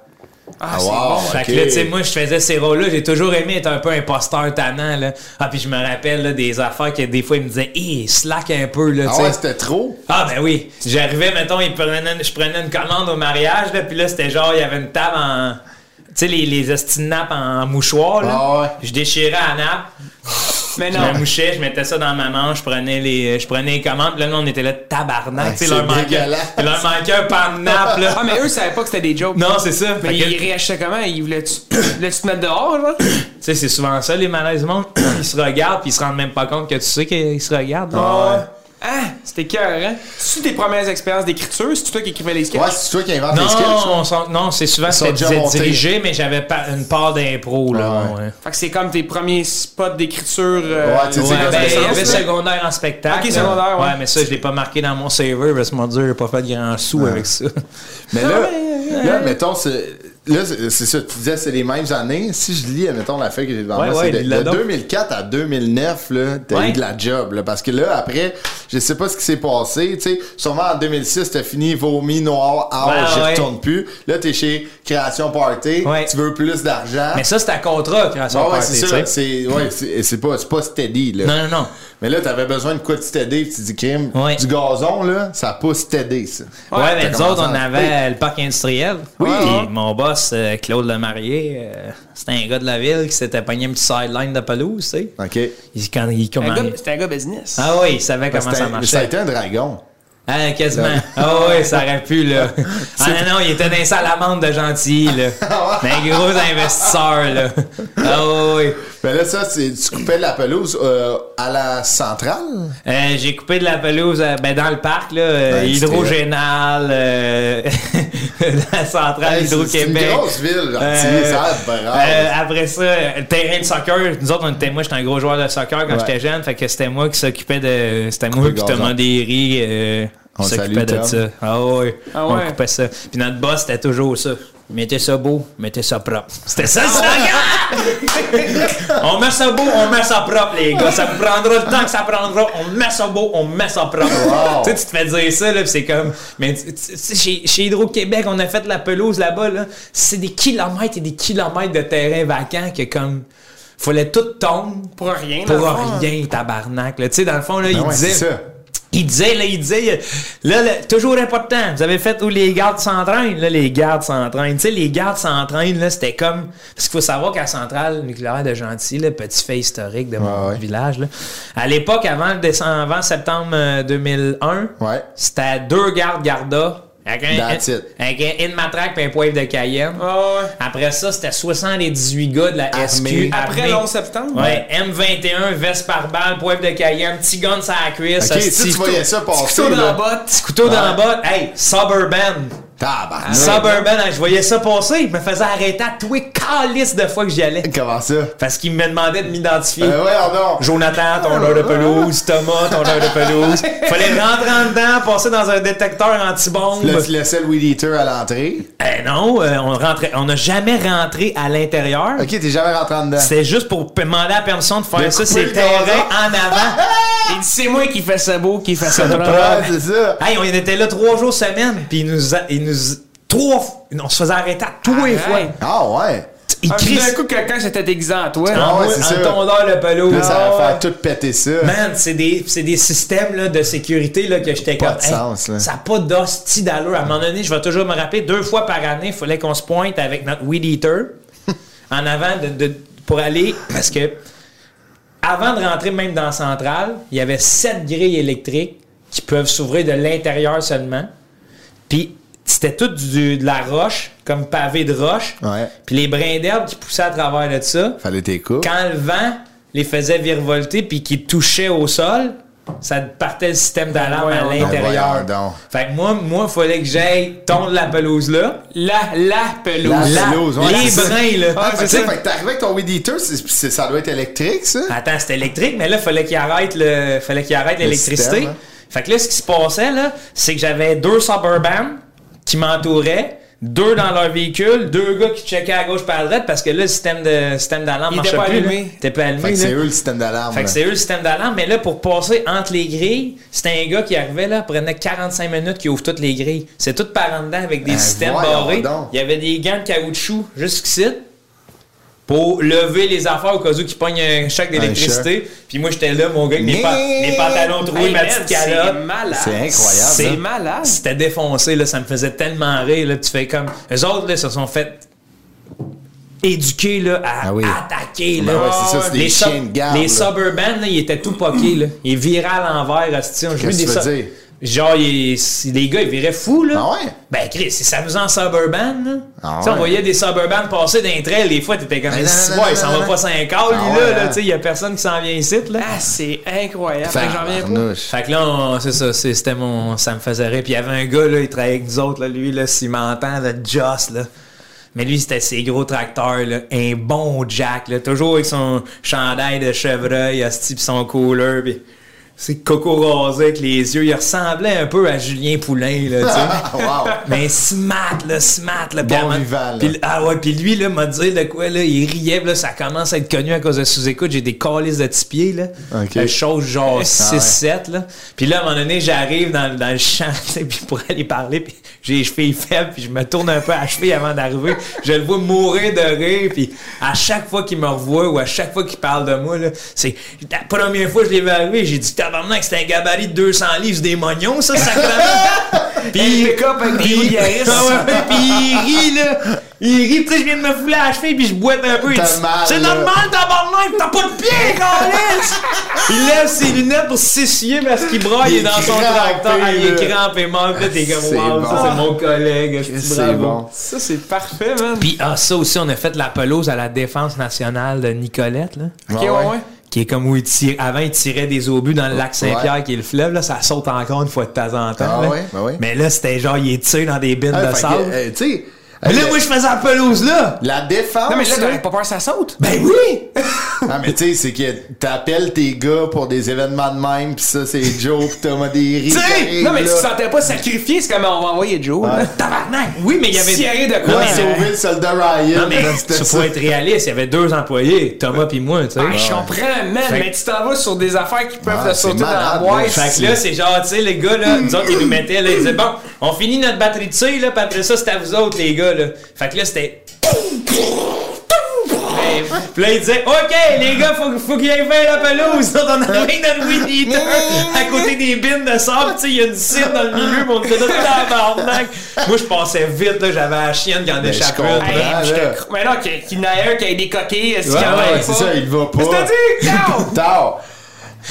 Ah, Ah, c'est wow, bon. Fait que ok. là, tu sais, moi, je faisais ces rôles-là. J'ai toujours aimé être un peu imposteur tannant, là. Ah, puis je me rappelle, là, des affaires que des fois, il me disait, hé, slack un peu, là, tu Ah sais. ouais, c'était trop. Ah ben oui, j'arrivais, mettons, il prenait une- je prenais une commande au mariage, là, puis là, c'était genre, il y avait une table en... Tu sais, les, les hosties de nappes en mouchoir, là. Ah ouais. Je déchirais à nappe, Mais je non. la mouchais, je mettais ça dans ma manche, je prenais les, euh, je prenais les commandes, puis là, nous, on était là, tabarnak, Ouais, tu sais, c'est leur manquait, dégueulasse. il leur manquait un pan de nappe, là. Ah, mais eux, ils savaient pas que c'était des jokes. Non, c'est ça. Fait Mais que- ils réagissaient comment Ils voulaient-tu voulaient-tu te mettre dehors, genre Tu sais, c'est souvent ça, les malaises du monde. Ils se regardent, puis ils se rendent même pas compte que tu sais qu'ils se regardent. là. Ah, c'était cœur, hein C'est tes premières expériences d'écriture C'est toi qui écrivais les sketchs Ouais, c'est toi qui inventes les sketchs. Non, on s'en- non, c'est souvent sont c'était déjà di- montés. Ah dirigé, mais j'avais pas une part d'impro. là. Ouais. ouais. Fait que c'est comme tes premiers spots d'écriture. euh, Ouais, tu sais, Ouais, comme ben, ça, il y ça, avait ça. secondaire en spectacle. Ok, là. secondaire, ouais. mais ça, je l'ai pas marqué dans mon saver parce que mon dieu, j'ai pas fait de grand sou avec ça. Mais Ah, là, là, mettons, c'est- là, c'est c'est ça, tu disais, c'est les mêmes années. Si je lis, mettons, la feuille que j'ai devant Ouais, moi, ouais, c'est de, lis-la de donc. 2004 à 2009, là, t'as Ouais. eu de la job, là, parce que là, après, je sais pas ce qui s'est passé, tu sais, sûrement en 2006, t'as fini vomi, noir, ah, Ouais, j'y ouais. retourne plus. Là, t'es chez Création Party, Ouais. tu veux plus d'argent. Mais ça, c'est à contrat, puis à son Ah ouais, party, c'est tu sais. ça, c'est, ouais, c'est c'est pas, c'est pas steady, là. Non, non, non. Mais là, t'avais besoin de quoi de steady, pis tu dis, crime, Ouais. du gazon, là, ça a pas steady, ça. Ouais, t'as mais nous commencé autres, on à- avait le parc industriel. Oui. Ah. Puis mon boss, euh, Claude Lemarié, euh, c'était un gars de la ville qui s'était pogné un petit sideline de pelouse, tu sais. OK. Il, quand il Un comment- gars- C'était un gars business. Ah oui, il savait comment C'était- ça mais ça a marchait. été un dragon. Ah, quasiment. Ah oui, ça aurait pu, là. Ah non, non, il était d'un salamandre de gentil, là. Ah Un gros investisseur, là. Ah oui. Mais Ben là, ça, c'est, tu coupais la pelouse euh, à la centrale? Euh, j'ai coupé de la pelouse euh, ben, dans le parc, là, euh, Ben, hydrogénal, euh, la centrale Hey, c'est- Hydro-Québec. Euh, c'est une grosse ville, Artier, ça a brave. après ça, euh, terrain de soccer. Nous autres, on était, moi, j'étais un gros joueur de soccer quand Ouais. j'étais jeune, fait que c'était moi qui s'occupait de. C'était moi le puis gazon. Thomas Derry euh, On qui le s'occupait salue, de ça. Tom. Ah ouais, Ah ouais. on coupait ça. Puis notre boss, c'était toujours ça. Mettez ça beau, mettez ça propre. C'était Ah ça le slogan! on met ça beau, on met ça propre, les gars. Ça vous prendra le temps que ça prendra. On met ça beau, on met ça propre. Wow. Tu sais, tu te fais dire ça, là, pis c'est comme. Mais tu- tu- tu sais, chez, chez Hydro-Québec, on a fait de la pelouse là-bas, là. C'est des kilomètres et des kilomètres de terrain vacant que comme. Fallait tout tombe Pour rien, pour dans le fond, rien, tabarnak. là. Tu sais, dans le fond, là, il Ben ouais, c'est disait. ça. Il disait, là, il disait, là, là, toujours important, vous avez fait où les gardes s'entraînent, là, les gardes s'entraînent. Tu sais, les gardes s'entraînent, là, c'était comme, parce qu'il faut savoir qu'à Centrale nucléaire de Gentil, le petit fait historique de mon Ah Ouais, ouais. village, là, à l'époque, avant, le déce- avant septembre euh, 2001, Ouais. c'était deux gardes garda, avec un, That's it. avec un- une matraque et un poivre de Cayenne. Ah ouais. Après ça, c'était 78 gars de la Armée. SQ. Après armée. le 11 septembre? Ouais, M21, veste par balle, poivre de Cayenne, petit gun sur la cuisse. OK, hostie, si tu voyais ça passer, Couteau dans la là, botte. Couteau dans la Ouais. Ah, botte. Hey, Suburban. tabarnak. Suburban, hey, je voyais ça passer. Il me faisait arrêter à tous les calices de fois que j'y allais. Comment ça? Parce qu'il me demandait de m'identifier. Euh, ouais, oh non. Jonathan, ton heure de pelouse. Thomas, ton heure de pelouse. Fallait rentrer en dedans, passer dans un détecteur antibombe. Là, tu laissais le Weed Eater à l'entrée. Eh non, euh, on rentrait, on n'a jamais rentré à l'intérieur. OK, t'es jamais rentré en dedans. C'était juste pour p- demander la permission de faire De ça, couper c'est le gazon. terrain en avant. Il dit c'est moi qui fais ça beau, qui fais ça propre. Ouais, c'est ça. Hey, on était là trois jours semaine, puis il nous, a- il nous, trois, f- on se faisait arrêter à tous les Arrête. fois. Ah ouais. Il Ah, puis crie D'un coup, quelqu'un s'était déguisé en toi. Ah ouais, en, c'est en ça. tondeur de pelouse. Là, ça Ah va ouais. faire tout péter ça. Man, c'est des, c'est des systèmes là, de sécurité là, que j'étais comme. Pas de sens, là. Ça n'a pas d'hostie d'allure. À un moment donné, je vais toujours me rappeler, deux fois par année, il fallait qu'on se pointe avec notre weed eater en avant de, de- pour aller. Parce que avant de rentrer même dans Centrale, il y avait sept grilles électriques qui peuvent s'ouvrir de l'intérieur seulement. Puis c'était tout du- de la roche, comme pavé de roche. Ouais. Puis les brins d'herbe qui poussaient à travers de ça Fallait tes coups. quand le vent les faisait virevolter puis qu'ils touchaient au sol, ça partait le système d'alarme Ben à voyons donc. Ben l'intérieur. voyons donc. Fait que moi, moi, fallait que j'aille tondre la pelouse là. La, la pelouse. La La- pelouse, ouais, les c'est ça. brins, là. Ah, fait que C'est ça, ça. Ah, fait que t'arrivais avec ton weed eater, c'est- c'est- ça doit être électrique, ça? Attends, c'était électrique, mais là, fallait qu'il arrête le, fallait qu'il arrête l'électricité. système, hein. Fait que là, ce qui se passait, là, c'est que j'avais deux suburban qui m'entouraient, deux dans leur véhicule, deux gars qui checkaient à gauche par à droite parce que là, le système de, système d'alarme Il était marchait pas plus. allumé. là. T'es pas allumé. Fait que là. c'est eux le système d'alarme. Fait que c'est eux le système d'alarme, mais là, pour passer entre les grilles, c'était un gars qui arrivait là, prenait 45 minutes qui ouvre toutes les grilles. C'est tout par en dedans avec des Ben, systèmes voyons barrés. donc. Il y avait des gants de caoutchouc jusqu'ici pour lever les affaires au cas où qui pognent un choc d'électricité. Puis moi, j'étais là, mon gars, avec mes, pa- Mais- mes pantalons troués, Hey, ma man, petite C'est calotte. malade. C'est incroyable, C'est hein. malade. C'était défoncé, là, ça me faisait tellement rire. Là, tu fais comme. Eux autres, là, se sont fait éduquer là, à Ah oui. attaquer. Là. Ben ouais, c'est ça, c'est des les sub- chiens de garde, là. Les suburban, là, ils étaient tout poqués. Là. Ils viraient à l'envers. hostie. J'ai vu Qu'est-ce des que tu veux sub- dire? Genre, ils- si- les gars, ils viraient fous. Là. Ah ouais? Ben, Chris, c'est s'amusant en suburban. Là. Ah Tu sais, On ouais. voyait des suburban passer d'un trait. Des fois, t'étais comme. Ah non, Si, non, ouais, non, il s'en non, va non. pas 5 ans, Ah lui, ouais, là. hein. là. Tu sais, Il y a personne qui s'en vient ici. Là. Ah, c'est incroyable. Fait que j'en reviens pas. Tabarnouche. Fait que là, on- c'est ça, c'est- c'était mon. Ça me faisait rire. Puis il y avait un gars, là, il travaillait avec nous autres, là, lui, là, s'il m'entend, là, Joss, là. Mais lui, c'était ses gros tracteurs, là. Un bon Jack, là. Toujours avec son chandail de chevreuil, hostie, pis son couleur, pis ses coco rasés avec les yeux. Il ressemblait un peu à Julien Poulain, là, tu sais. Wow. Mais smart, là, smart, là. Puis Bon avant- vivant, là. puis- ah ouais, puis lui, là, m'a dit de quoi, là, il riait, là, ça commence à être connu à cause de sous-écoute. J'ai des calices de petits pieds, là. Ok. Ah Euh, chose genre ouais. 6-7, là. Puis là, à un moment donné, j'arrive dans, dans le champ, tu sais, puis pour aller parler, puis j'ai les chevilles faibles, puis je me tourne un peu à la cheville avant d'arriver. Je le vois mourir de rire, puis à chaque fois qu'il me revoit ou à chaque fois qu'il parle de moi, là, c'est la première fois que je l'ai vu arriver, j'ai dit, tabarnak, que c'était un gabarit de 200 livres, c'est des mognons, ça, sacrément. puis, pick-up avec des puis- roues de Yaris. Ah ouais, ouais, puis il rit, là. Il rit, tu sais, je viens de me fouler à la cheville, puis je boite un peu. Il T'as dit, mal, C'est là. normal, tabarnak, t'as pas de pied, câlisse! Il lève ses lunettes pour s'essuyer parce qu'il braille Il il est dans son crampé, tracteur. Ah, il est là. crampé, man. Là, t'es comme, C'est wow, ça, bon. c'est mon collègue. petit C'est bravo. bon. Ça, c'est parfait, man. Puis, ah, ça aussi, on a fait la pelouse à la Défense nationale de Nicolette, là. Ah Ok, ouais, ouais. Qui est comme où il tire, avant, il tirait des obus dans le lac Saint-Pierre, qui est le fleuve, là. Ça saute encore une fois de temps en temps. Ah là. ouais, ben ouais. Mais là, c'était genre, il est tiré dans des bines Ah, de fait que, sable. euh, tu sais, Mais là, euh, moi, je faisais la pelouse, là. La défense. Non, mais là, là- t'aurais pas peur que ça saute. Ben oui! Ah, mais tu sais, c'est que t'appelles tes gars pour des événements de même, pis ça, c'est Joe, pis Thomas Derry. Tu qui sais! arrive, Non, mais si là. tu te sentais pas sacrifié, c'est comme on va envoyer Joe. là. Tabarnak! Oui, mais il y avait. S'il arrive de Là, quoi, Ouais, c'est mais- sauvé le soldat Ryan. Non, mais, là, tu c'était ça. faut être réaliste. Il y avait deux employés, Thomas puis moi, tu sais. Ah, Je comprends, man, Fait- mais tu t'en vas sur des affaires qui peuvent Ah, te c'est sauter dans la malade, boîte. là. Fait que là, c'est genre, tu sais, les gars, là, nous autres, ils nous mettaient, là, ils disaient, bon, on finit notre batterie de tir, là, puis après ça, c'était à vous autres, les gars, là. Fait que là, c'était. Puis là, ils disaient, OK, les gars, faut, faut qu'il y ait 20 la pelouse. Donc, on a mis notre Winnie Eater à côté des bines de sable. Tu sais, il y a du cible dans le milieu, mais on était là, tabarnak. Moi, je passais vite, là, j'avais la chienne qui en échappait comprends. une. Hey, Ah, je là. te cro- Mais non, qu'il qu'il y en a un qui a des coquilles, est-ce Ouais, qu'il y en a ouais, pas? c'est ça, il va pas. Mais C'est-à-dire, non! Tard.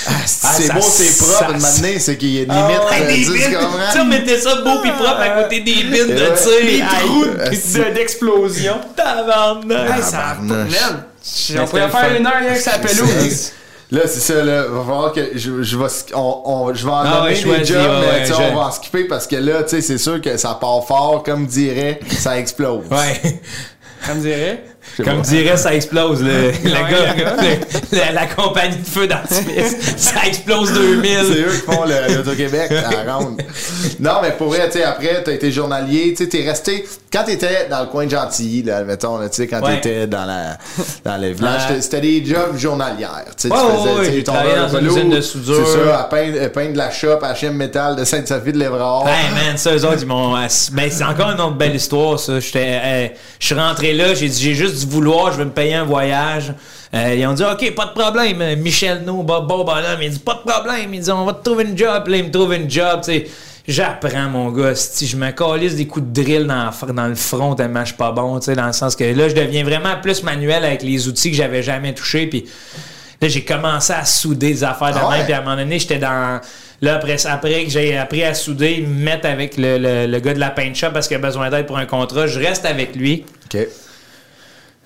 Ah, c'est ça- beau, c'est ça- propre. Une matinée, c'est qu'il y a une limite. Hey, euh, des tu sais, bines, tu comprends? tu sais, on mettait ça beau pis propre à côté des bines de ouais. tir. Des Ah, Aïe. trous euh, de- de- d'explosion. Tabarnak. Hey, ça a pas de Tabarnouche. Man, Mais on pourrait c'était le faire fun. une heure avec sa pelouse. Là, c'est ça, là. Va falloir que je, je vais, sk- on, on- je vais en Ah ouais, donner je choisis, des jobs, ouais, mais ouais, tu sais, on je- va en skipper parce que là, tu sais, c'est sûr que ça part fort, comme dirait, ça explose. Ouais. Ça me dirait. Comme dirait, ça explose, le, le Ouais, gars. le gars. le- la, la compagnie de feu d'artifice. ça explose 2000. C'est eux qui font le- l'Auto-Québec à la ronde. Non, mais pour vrai, tu sais, après, t'as été journalier, tu sais, t'es resté. Quand t'étais dans le coin de Gentilly, là, admettons, là, tu sais, quand Ouais. t'étais dans, la, dans le village, Ouais. c'était- c'était des jobs journalières. Tu sais, Ouais, tu ouais, faisais, tu ouais, sais, j'ai ton travaillé beurre dans une velours, usine de soudure. C'est ça, à peindre, à peindre la shop à HM Metal de Sainte-Sophie de l'Évrard. Hey man, ça, eux autres, ils m'ont. euh, Ben, c'est encore une autre belle histoire, ça. J'étais, euh, je suis rentré là, j'ai dit, j'ai juste du vouloir, je vais me payer un voyage. Euh, ils ont dit, OK, pas de problème. euh, Michel No, Bob, Bob, bonhomme, il dit, pas de problème. Il dit, on va te trouver une job. Puis Là, il me trouve une job, tu sais. J'apprends, mon gars. Si je me calisse des coups de drill dans, la fr- dans le front tellement je suis pas bon, tu sais, dans le sens que là, je deviens vraiment plus manuel avec les outils que j'avais jamais touchés. Puis Là, j'ai commencé à souder des affaires de Ah même, ouais? puis à un moment donné, j'étais dans Là, après, ça- après que j'ai appris à souder, me mettre avec le, le- le gars de la paint shop parce qu'il a besoin d'aide pour un contrat, je reste avec lui. OK.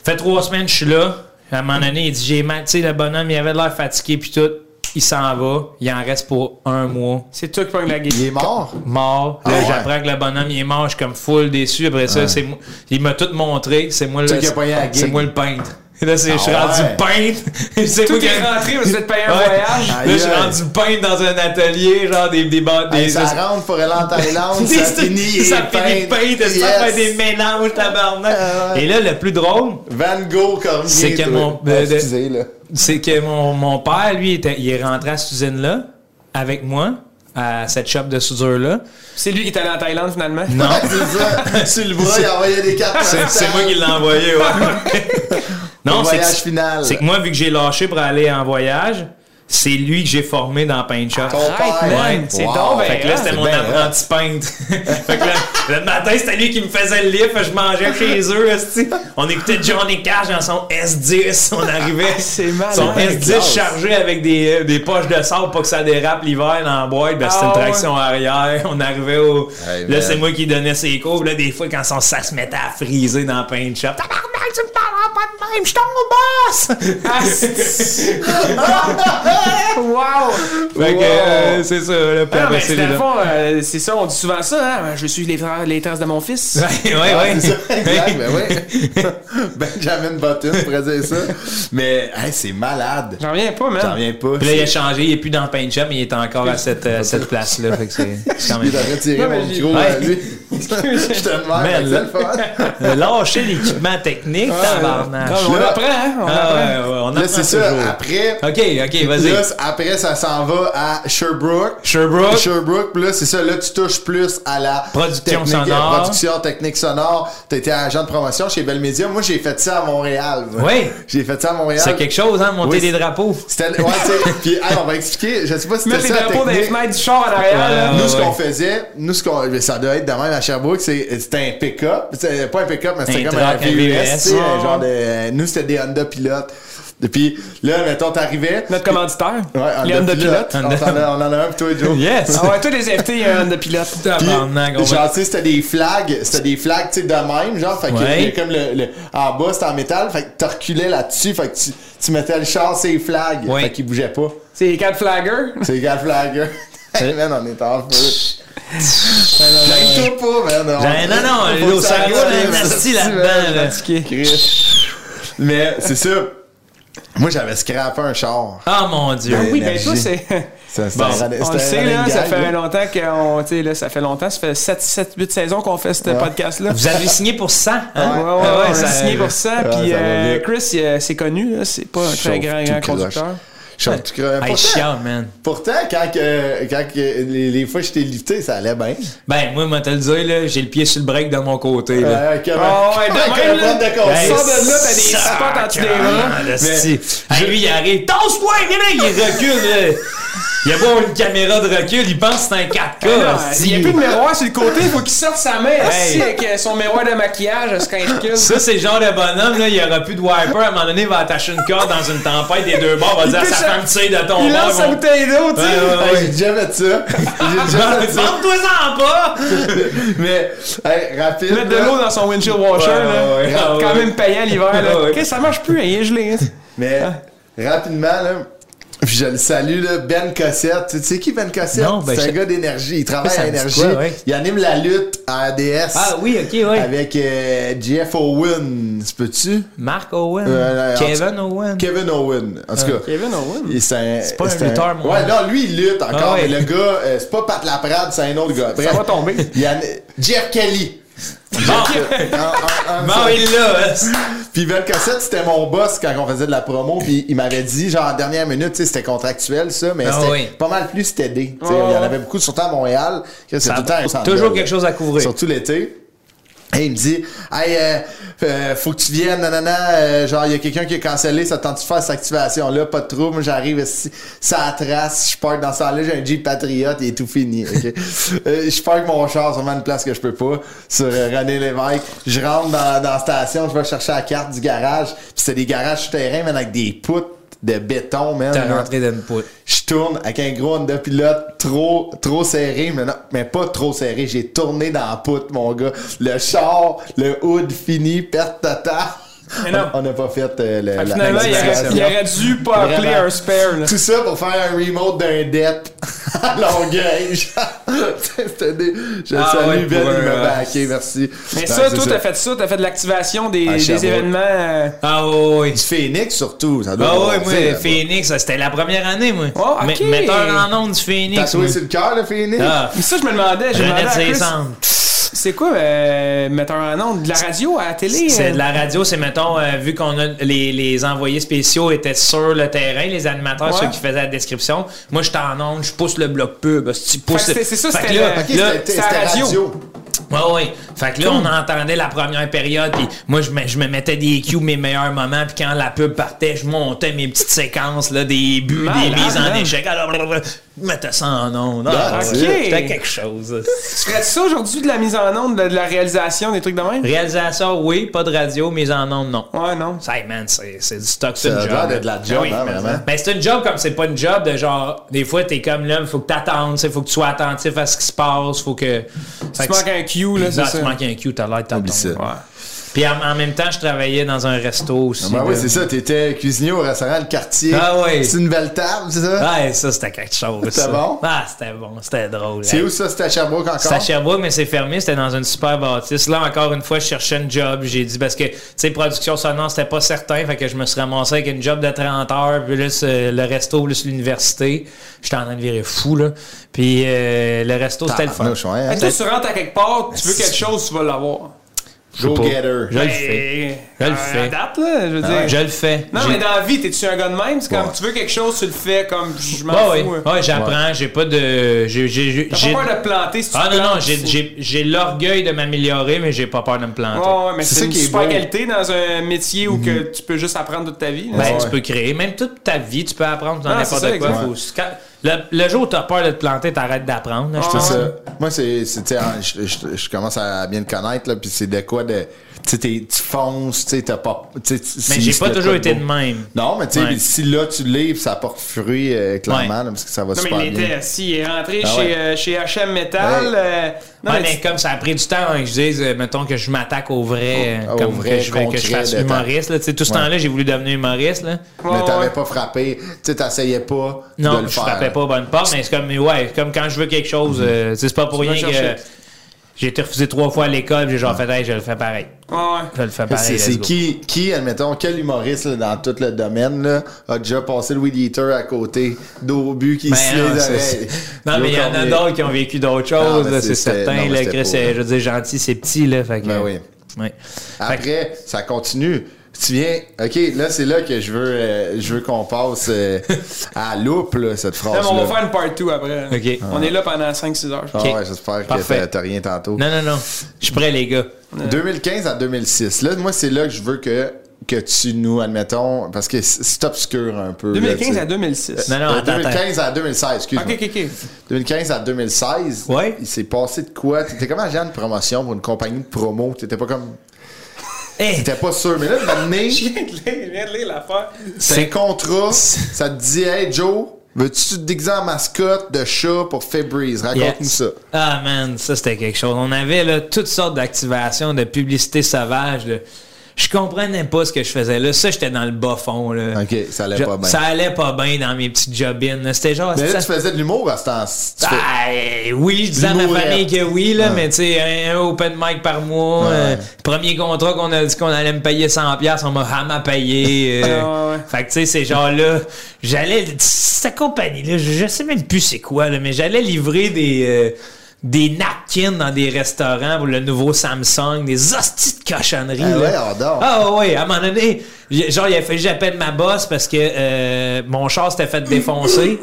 Fait trois semaines, je suis là. À un moment donné, il dit j'ai mal. Tu sais, le bonhomme, il avait l'air fatigué, puis tout. Il s'en va. Il en reste pour un mois. C'est toi qui prends la guise. Il est mort? Mort. Là, Ah ouais. j'apprends que le bonhomme, il est mort. Je suis comme full déçu. Après ça, c'est moi- il m'a tout montré. C'est moi le. Toi qui as pogné la gig. C'est moi le peintre. Là, c'est- je suis Ah rendu ouais. peintre. c'est Tout moi qui est rentré, vous êtes payé un Ouais. voyage. Là, je suis Aïe, aïe. rendu peintre dans un atelier, genre des, des, ba- des, Hey, ça rentre pour aller en Thaïlande, ça ça finit. ça il est finit peint. peint, ça Yes. fait des mélanges, tabarnak. Ah ouais. Et là, le plus drôle, Van Gogh, comme C'est Euh, que mon- Ah, excusez, là. c'est que mon, mon père, lui, était- il est rentré à cette usine-là avec moi, à cette shop de soudure-là. C'est lui qui est allé en Thaïlande finalement. Non. c'est ça. Sur le bras, il envoyait des cartes. C'est- C'est moi qui l'ai envoyé, ouais. Le c'est voyage que, final. c'est que moi, vu que j'ai lâché pour aller en voyage, c'est lui que j'ai formé dans Paint Shop. Ton père. man, c'est donc ben Fait que là, c'était c'est mon bien apprenti peintre. fait que là, le matin, c'était lui qui me faisait le livre. Je mangeais chez eux, esti. On écoutait Johnny Cash dans son S10. On arrivait. Ah, C'est mal. Son bien S10 classe. chargé avec des, euh, des poches de sable pour que ça dérape l'hiver dans la boîte. Ben, c'était Ah une ouais. traction arrière. On arrivait au. Hey, là, man. c'est moi qui donnais ses cours. Là, des fois, quand son sac se mettait à friser dans Paint Shop. Tabarnak, tu me parles pas de même. Je suis ton boss! wow! Ben, Fait que, euh, c'est ça. Là, puis Ah, non, après, mais c'est c'est, dans le là. fond, euh, c'est ça, on dit souvent ça, hein? Je suis les, tra- les traces de mon fils. Ouais, ouais, ouais. Ah, C'est ça, exact, ben oui. Benjamin Button pourrait dire ça. Mais, hey, c'est malade. J'en reviens pas, man. J'en reviens pas. Puis là, il a changé, il n'est plus dans le paint shop, mais il est encore à cette, euh, cette place-là. Fait que c'est c'est quand même. Il aurait tiré Non, mais mon j'ai- micro Ouais. à lui. Je te demande, Man, c'est là. le fun. Lâcher l'équipement technique, tabarnak. Ah, on Là- apprend, hein? On Ah, apprend. ouais, ouais, on apprend Là, c'est ça. toujours. Après, Ok, ok, vas-y. là, après, ça s'en va à Sherbrooke. Sherbrooke. Sherbrooke, puis là, c'est ça, là, tu touches plus à la Production technique, euh, sonore. Production, technique sonore. T'as été agent de promotion chez Bell Media. Moi, j'ai fait ça à Montréal. moi. Oui. J'ai fait ça à Montréal. C'est quelque chose, hein, monter Oui, des c'est- drapeaux. C'était, ouais, tu sais, puis, hey, on va expliquer. Je sais pas si Mettre c'était ça. les la drapeaux dans les technique. fenêtres du char en arrière, Ouais, là. Ah, ouais. Nous, ce qu'on faisait, nous, ce qu'on, mais ça doit être de même à Sherbrooke, c'est, c'était un pick-up. C'était pas un pick-up, mais c'était Un comme un truck, un VUS, VUS, tu sais, ouais. un genre de, nous, c'était des Honda pilotes. Et puis, là, mettons, t'arrivais. Notre commanditaire. Ouais, Honda, les Honda pilote. pilotes. On, t'en a- on en a un pour toi, Joe. Yes! Ah ouais, tous les FT, il y a un Honda pilote. Puis, Tabarnak, on va- genre, tu sais, c'était des flags, c'était des flags, tu sais, de même, genre, fait que, Ouais. il y a comme le, le- en bas, c'était en métal, fait que tu reculais là-dessus, fait que tu, tu mettais le char, c'est flags, Ouais. fait qu'il bougeait pas. C'est les quatre flaggers. C'est les gars flags. hey, man, on est en feu. Gêne-toi pas, man. Ben, non, non, Faut que l'eau, ça ça roule arrive, un nasty ça, là-dedans, là. Chris. Mais, c'est ça. Moi, j'avais scrappé un char. Ah, mon Dieu. Oui, ben Énergie. toi, c'est. Ça, Bon, On le sait, là, ça fait longtemps qu'on. Tu sais, là, ça fait longtemps. Ça fait 7, 7 8 saisons qu'on fait ce podcast-là. Vous avez signé pour 100, Ouais, hein? ouais, Ah ouais, on a ça- signé pour ça. ouais, Puis ça va bien. euh, Chris, il, euh, c'est connu, là, c'est pas un très grand, grand conducteur. Chauffe tout croche. Hey, Pourtant- chiant, man. Pourtant, quand, que- quand que les, les fois que je t'ai lifté, ça allait bien. Ben, moi, moi, te le dire, là, j'ai le pied sur le break de mon côté, là. Euh, comment- Ah ouais, de comment même, qu'on là. prend de conscience? Hey, sors de là, t'as des spots en sac, dessous des bras. ah, le sti. Hey, Lui, il arrive. Tasse-toi, viens là, il recule. là. Il a beau une caméra de recul, il pense que c'est un 4K. Ah, non, sti. Il n'y a plus de miroir sur le côté, il faut qu'il sorte sa main Hey. aussi avec euh, son miroir de maquillage, ce qu'il recule. Ça, c'est le genre de bonhomme, là, il aura plus de wiper. À un moment donné, il va attacher une corde dans une tempête des deux bords, va dire à sa pisse femme, tire de ton Il bord. lance sa vont- bouteille d'eau, tu sais. Ouais, ouais, Hey, ouais. J'ai déjà fait ça. J'ai déjà fait ça. Vente-toi-en pas! Mais, hey, rapide. Mettre de là. l'eau dans son windshield washer, Ouais, là. ouais, ouais. quand Ah, ouais. même payant l'hiver, là. Ah, ouais. Qu'est-ce que ça marche plus, hein, il est gelé. hein. Mais, rapidement, là. Puis je le salue, là, Ben Cossette. Tu sais qui Ben Cossette? Non, ben, c'est un je- gars d'énergie. Il travaille Ça à me dit énergie. quoi, ouais. Il anime la lutte à RDS. Ah oui, ok, oui. Avec euh, Jeff Owen. Tu peux-tu? Mark Owen. Euh, en tout- Kevin Owen. Kevin Owen. En tout cas. Kevin Owen. Et C'est un- pas un c'est lutteur, moi. Ouais, non, lui, il lutte encore, Ah ouais. mais le gars, euh, c'est pas Pat Laprade, c'est un autre gars. Ça Bref, va tomber. il y en a- Jeff Kelly. Ah. En- en- en- Bon, il l'a. hein. Puis Velcassette, c'était mon boss quand on faisait de la promo, puis il m'avait dit, genre, en dernière minute, tu sais, c'était contractuel, ça, mais Ah c'était oui. pas mal plus stédé. Tu sais, Ouais, Il y en Ah ouais. avait beaucoup, surtout à Montréal. que c'est Ça- tout le temps un centre toujours belle, quelque là. chose à couvrir. Surtout l'été. Et il me dit, hey, euh, euh, faut que tu viennes, nanana, euh, genre, il y a quelqu'un qui a cancellé, ça te tente de faire cette activation-là, pas de trouble, j'arrive ici, ça trace, je pars dans ce temps-là, j'ai un Jeep Patriot, il est tout fini, ok? Euh, je parque mon char, sûrement une place que je peux pas, sur euh, René Lévesque, je rentre dans, dans la station, je vais chercher la carte du garage, puis c'est des garages souterrains, mais avec des poutres de béton, man. T'as rentré d'une poule. Je tourne avec un gros Honda Pilote trop, trop serré, mais, non, mais pas trop serré. J'ai tourné dans la poutre, mon gars. Le char, le hood fini, perte totale. Mais non. Ah, On on n'a pas fait euh, le, la Finalement, il aurait, il aurait dû pas appeler Vraiment. un spare. là. Tout ça pour faire un remote d'un dep à Longueuil. C'était des- Je Ah salue ouais, Ben, pour il m'a un, backé, merci. euh, Mais Ouais, ça, Ben, c'est toi, t'as fait ça, t'as fait de l'activation des, Ah, des Sherbrooke. événements. euh, Ah oui, oui. Du Phoenix surtout, ça doit Ah avoir- oui, tu sais, moi, Phoenix, ça, c'était la première année, moi. Oh, ok. Me- Metteur en onde du Phoenix. Tatoué moi. sur le cœur, le Phoenix? Ah, Mais ça, je me demandais, je me demandais Renette à ses Chris, cendres. c'est quoi euh, metteur en nom de la radio à la télé C'est euh? de la radio, c'est mettons, euh, vu qu'on a les, les envoyés spéciaux étaient sur le terrain, les animateurs, Ouais. ceux qui faisaient la description. Moi, j'étais en onde, je pousse le bloc pub. Si tu pousses- Fait que c'est- c'est ça, Fait que c'était le- là- Ok, là, c'était- c'est c'était à radio. radio. Ouais, ouais. Fait que là, on entendait la première période, puis moi, je me, je me mettais des cues, mes meilleurs moments, puis quand la pub partait, je montais mes petites séquences, là, des buts, Malade, des mises en hein? échec. alors, blablabla, Je mettais ça en ondes. Ah, That's ouais. it. C'était quelque chose. Tu ferais ça aujourd'hui de la mise en onde, de, de la réalisation, des trucs de même? Réalisation, oui. Pas de radio, mise en ondes, non. Ouais, non. Ça, hey, man, c'est c'est du stock, c'est Ça une a job. Ah l'air d'être de la job, oui, hein, mais- vraiment. Mais c'est une job comme c'est pas une job de genre, des fois, t'es comme là, faut que t'attendes, t'sais, faut que tu sois attentif à ce qui se passe, faut que. Tu manques un Q, là, c'est Non, tu ça. manques un cue, t'as l'air de t'attendre. ça. Ouais. Puis en, en même temps, je travaillais dans un resto aussi. Ben oui, là. c'est ça, t'étais cuisinier au restaurant Le Quartier. euh, Ah ouais. C'est une belle table, c'est ça? Ouais, ça, c'était quelque chose. C'était ça. bon? Ah, c'était bon, c'était drôle. C'est Hey. où ça? C'était à Sherbrooke encore? C'était à Sherbrooke, mais c'est fermé. C'était dans une super bâtisse. Là, encore une fois, je cherchais une job. J'ai dit, parce que, tu sais, production sonore, c'était pas certain. Fait que je me suis ramassé avec une job de 30 heures, plus euh, le resto, plus l'université. J'étais en train de virer fou, là. Puis euh, le resto, c'était le fun. Tabarnouche, ouais, hein? Fait que toi, tu rentres à quelque part, tu veux quelque chose, tu vas l'avoir. Je sais Go pas. getter. Je le Ben, fais. Je à- le fais. Ben À date, là, je veux dire. Je le fais. Non, J'ai- mais dans la vie, t'es-tu un gars de même? C'est comme, Ouais. tu veux quelque chose, tu le fais, comme, je m'en Ouais, fous. ouais. hein. Ouais, j'apprends. J'ai pas de. j'ai- j'ai- j'ai- T'as j'ai- pas peur de planter si tu Ah te non, non, plantes, j'ai- c'est- j'ai j'ai l'orgueil de m'améliorer, mais j'ai pas peur de me planter. Ouais, ouais, mais C'est c'est ça une qui est super beau. Mm. qualité dans un métier où que tu peux juste apprendre toute ta vie. là. Ben, Ouais. tu peux créer, même toute ta vie, tu peux apprendre dans Non, c'est ça, n'importe quoi. exact. Faut- quand- le, le jour où tu as peur de te planter, t'arrêtes d'apprendre. là, je Ah, te- C'est ouais. ça. Moi, c'est, c'est, tu sais, hein, je, je- je commence à bien le connaître, là, puis c'est de quoi de, tu sais, t'es- tu fonces, tu sais, t'as pas, tu sais, tu- Mais si- j'ai c'est pas toujours quoi été beau. de même. Non, mais tu sais, Ouais. si là, tu livres, ça porte fruit, euh, clairement, là, parce que ça va Non, super mais il bien. était assis, il est rentré Ah chez, ouais. euh, chez HM Metal. Ouais. euh, non, mais Ouais, mais comme ça a pris du temps avant que je dise, euh, mettons que je m'attaque au vrai, Oh, euh, Au- au comme vrai que, je, vais- que je concret fasse de temps. humoriste. là. Tu sais, Tout ce Ouais. temps-là, j'ai voulu devenir humoriste. là. Ouais, Mais t'avais ouais. pas frappé, tu sais, t'essayais pas de Non, le je faire. frappais pas bonne porte, mais c'est comme, mais ouais, comme quand je veux quelque chose, euh, tu sais, c'est pas pour Mhm. Tu vas rien que chercher. j'ai été refusé trois fois à l'école, j'ai genre fait, hey, je le fais pareil. Ouais, ouais. Je le fais C'est- pareil. c'est let's go. qui, qui, admettons, quel humoriste là, dans tout le domaine là, a déjà passé le Weed Eater à côté d'Aubu qui Ben, se non, les c'est- oreilles? Non, mais il y en a Cormier. d'autres qui ont vécu d'autres Non, choses, mais là, Ah, ben, c'est- c'est c'était- non, certain. mais là, c'était Chris, pas- euh, je veux dire, gentil, c'est petit, là. Fait que, Ben oui. Ouais. Fait que- Après, ça continue. Tu viens, ok, là c'est là que je veux, euh, je veux qu'on passe euh, à la loupe là, cette Non, phrase. mais on va faire une part 2 après. Ok. On est là pendant 5-6 heures. je pense. Ok. Ah ouais, j'espère que Parfait. t'as- t'as rien tantôt. Non, non, non. Je suis prêt, les gars. 2015 à 2006. Là, moi c'est là que je veux que que tu nous admettons parce que c- c'est obscur un peu. là, tu 2015 sais. à 2006. Non, non, Euh, attends. attends. 2015 à 2016, excuse-moi. Ok, ok, ok. 2015 à 2016, Ouais. il s'est passé de quoi? T'étais comme agent de promotion pour une compagnie de promo. T'étais pas comme. Hey, T'étais pas sûr, mais là, de m'amener, Je viens de lire- je viens de lire l'affaire. c'est un contrat. Ça te dit, hey Joe, veux-tu te déguiser en mascotte de chat pour Febreze? yeah. Raconte-nous ça. Ah, man, ça, c'était quelque chose. On avait, là, toutes sortes d'activations, de publicité sauvage, là. Je comprenais pas ce que je faisais là. Ça, j'étais dans le bas fond, là. Ok, ça allait Je- pas bien. Ça allait pas bien dans mes petites jobines. là. C'était genre... Mais là, ça- tu faisais de l'humour à ce temps-ci. Tu fais- Ah, eh, oui, je disais à ma L'humour famille que oui, là, Ouais. mais tu sais, un, un open mic par mois, Ouais. euh, premier contrat qu'on a dit qu'on allait me payer 100$, on m'a jamais payé. euh, Ah, ouais. Fait que tu sais, ces gens-là, j'allais, cette compagnie-là, je, je sais même plus c'est quoi, là, mais j'allais livrer des... euh, des napkins dans des restaurants pour le nouveau Samsung, des hosties de cochonneries. Ah ouais, là. on dort. Ah ouais, à un moment donné, j- genre, il a fallu que j'appelle ma boss parce que euh, mon char s'était fait défoncer.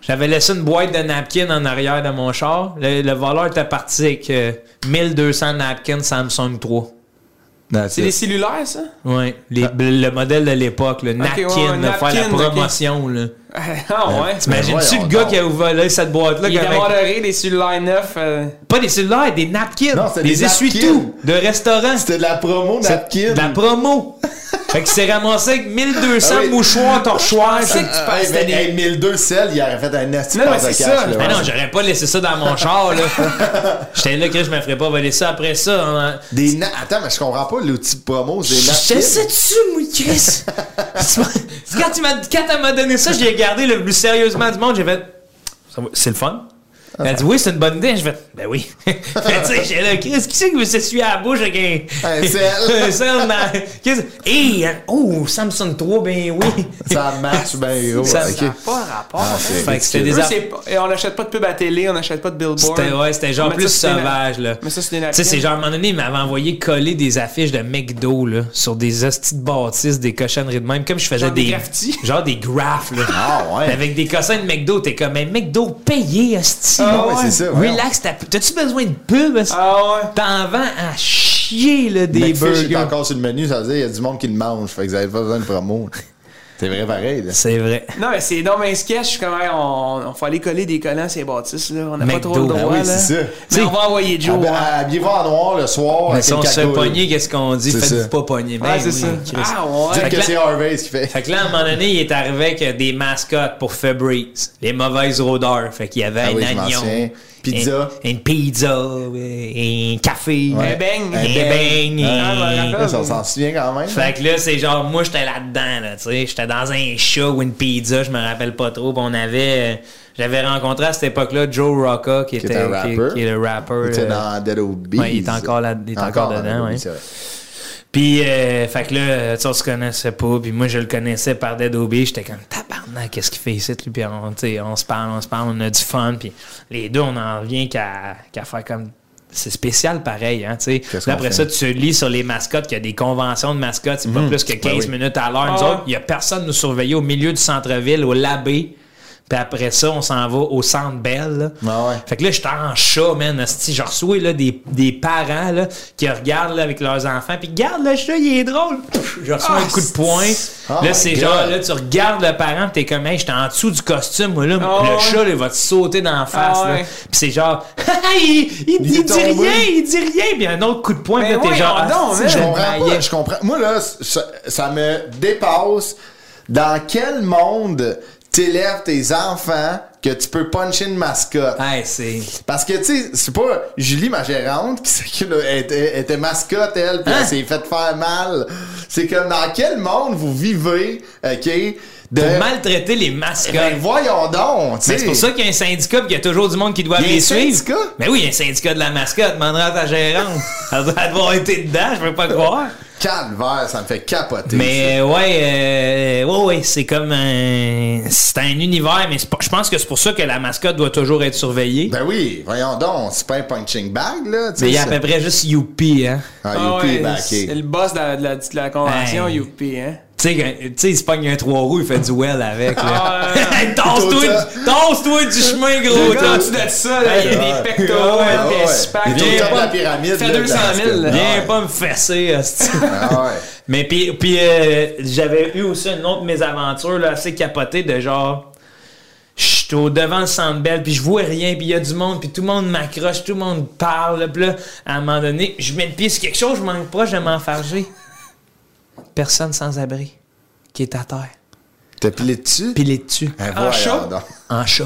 J'avais laissé une boîte de napkins en arrière de mon char. Le, le voleur était parti avec euh, 1200 napkins Samsung 3. C'est des cellulaires, ça? Ouais, les- Ah. le modèle de l'époque, le napkin, ouais, ouais, là, faire la napkin, ok. promotion. là. Ah Euh, ouais. Imagine-tu Ben voyons le gars donc. qui a volé cette boîte-là? Il est qu'avec- euh. abandonné des cellulaires neufs. euh, Pas des cellulaires, des napkins. Non, c'était des des essuie-tout napkins. de restaurants. C'était de la promo, C'est Napkin. de La promo. Fait qu'il s'est ramassé avec 1200 Ah oui. mouchoirs, torchoirs. tu sais que tu Ah, hey, passes ben, des- hey, 1002 sel, il aurait fait un nasty Non, passe mais de c'est cash. là, ça. Mais ouais. Ah non, j'aurais pas laissé ça dans mon char, là. J'étais là, Chris, je me ferais pas voler ça après ça. hein. Des na- Attends, mais je comprends pas l'outil de promo, c'est Je nasty. sais dessus, moi, Chris. Tu m'as- quand, tu m'as- quand elle m'a donné ça, je l'ai regardé le plus sérieusement du monde. J'ai fait, Ça va- c'est le fun. Elle a dit, oui, c'est une bonne idée. Je fait, ben oui. Fait que, tu sais, j'ai là, Chris, qui c'est qui veut s'essuyer à la bouche avec un. Un sel. un sel dans- Qu'est-ce- Hey, hein, oh, Samsung 3, ben oui. Ça marche bien gros. Ça- ça ok. Pas rapport. Ah, hein. c'est Fait que c'était ridicule. des Eux, aff- c'est pas- et on n'achète pas de pub à télé, on n'achète pas de billboard. C'était ouais, c'était genre Mais plus ça, c'est des na- sauvage là. Mais ça, c'est des Tu sais, napkins. c'est genre à un moment donné, il m'avait envoyé coller des affiches de McDo là sur des hosties de bâtisses, des cochonneries de même comme je faisais Genre des graffitis. genre des graphs là. Ah Mais ouais. Avec des cossins de McDo, t'es comme, mais McDo, payé, hostie. Ah ouais, c'est ça, voyons. Relax, t'as- t'as-tu besoin de pub, hostie? Ah ouais. T'en vends à chier, là, des McFish est burgers. encore sur le menu, ça veut dire qu'il y a du monde qui le mange. Fait que vous avez pas besoin de promo. C'est vrai pareil. là. C'est vrai. Non, mais c'est non, mais sketch, je suis comme, hey, on, on faut aller coller des collants à ces bâtisses, là. On n'a pas McDo. trop le droit, Ben oui, là. c'est ça. Mais on va envoyer Joe. Ah, ben, ouais. Habillez-vous en noir le soir. Mais avec si un on se fait cadeau, là. pogner, qu'est-ce qu'on dit? C'est Faites-vous ça. pas pogner. Ouais, Ben c'est oui, ça. Chris. Ah ouais. Dites Fait que que c'est Harvey ce qu'il fait. Fait que là, à un moment donné, il est arrivé avec euh, des mascottes pour Febreze, les mauvaises odeurs. Fait qu'il y avait Ah un oui, je m'en souviens. agnon, Pizza. un- une pizza, euh, un café, Un bang. un beigne, Ah, un- voilà. Là, ça, on s'en souvient quand même. hein. Fait que là, c'est genre, moi, j'étais là-dedans, là, tu sais. J'étais dans un chat ou une pizza, je me rappelle pas trop. Puis on avait. euh, J'avais rencontré à cette époque-là Joe Rocca, qui, Qui était est un qui, rappeur. qui est le rappeur. Il était euh, dans Dead Obies. ouais, il est encore là- il est encore dans dedans, Dead ouais. Obies, c'est vrai. Puis, euh, fait que là, tu sais, on se connaissait pas. Puis moi, je le connaissais par Dead Obey. J'étais comme, tabarnak, qu'est-ce qu'il fait ici? Puis puis on, tu sais, on se parle, on se parle, on a du fun. Puis les deux, on en revient qu'à qu'à faire comme. C'est spécial pareil, hein, tu sais. Qu'est-ce Là, qu'on Après fait? Mhm. ça, tu lis sur les mascottes qu'il y a des conventions de mascottes. C'est pas plus que 15 Ben oui. minutes à l'heure. Nous Ah. autres, il y a personne nous surveillait au milieu du centre-ville, au labé. Puis après ça, on s'en va au centre Belle. là. Ah ouais. Fait que là, j'étais en chat, man. hostie. Je reçois là, des, des parents là, qui regardent là, avec leurs enfants. Puis regarde le chat, il est drôle. Pff, Je reçois un coup de poing. Oh là, Ah, my c'est God. genre, là, tu regardes le parent, pis t'es comme, hey, j'étais en dessous du costume, moi, là. Ah le ouais. chat, là, il va te sauter dans la face, Ah là. ouais. Puis c'est genre, il, il, Il est il dit tombé. rien, il dit rien. Puis un autre coup de poing, Ben pis là, t'es voyons genre, donc, hostie, man. je Je le comprends pas, maillais. je comprends. Moi, là, ça, ça me dépasse. Dans quel monde t'élèves tes enfants que tu peux puncher une mascotte? Hey, c'est. Parce que, tu sais, c'est pas Julie, ma gérante, qui s'occupe- elle était, elle était mascotte, elle, puis Hein? elle s'est faite faire mal. C'est comme dans quel monde vous vivez, OK, de... Pour maltraiter les mascottes. Ben, voyons donc, tu Mais sais. c'est pour ça qu'il y a un syndicat pis qu'il y a toujours du monde qui doit Il y a les un suivre. syndicat? Mais oui, il y a un syndicat de la mascotte. Mandera à ta gérante. Elle doit avoir été dedans, je peux pas croire. Calvaire, ça me fait capoter. Mais euh, ouais, euh, ouais, ouais, c'est comme un. C'est un univers, mais c'est pas- je pense que c'est pour ça que la mascotte doit toujours être surveillée. Ben oui, voyons donc, c'est pas un punching bag, là, tu sais. mais il y a à ça- peu près juste Youpi, hein. Ah, Ah youpi, ouais, ben, ok. C'est le boss de la, de la, de la convention, Hey. Youpi, hein. Tu sais, quand- tu sais, il se pogne un trois roues, il fait du well avec. là. Ah ouais. Hey, Tasse-toi tasse-toi du chemin, gros. Le gars, tu de ça, là, il y a des pectoraux, Ouais, un ouais. six-pack. Il est au Viens top de la pas- pyramide, Fait là, 200 000, de la- là. Viens Ouais. pas me fesser, hostie. Ah ouais. Mais puis, puis euh, j'avais eu aussi une autre mésaventure là, assez capotée de genre. Je suis au devant le centre belle, puis je vois rien, puis il y a du monde, puis tout le monde m'accroche, tout le monde parle, là, puis là, à un moment donné, je mets le pied sur quelque chose, je manque pas, je vais m'enfarger. Personne sans abri qui est à terre, T'as pilé dessus? pilé dessus, Ben, voyons chat? donc. en chat.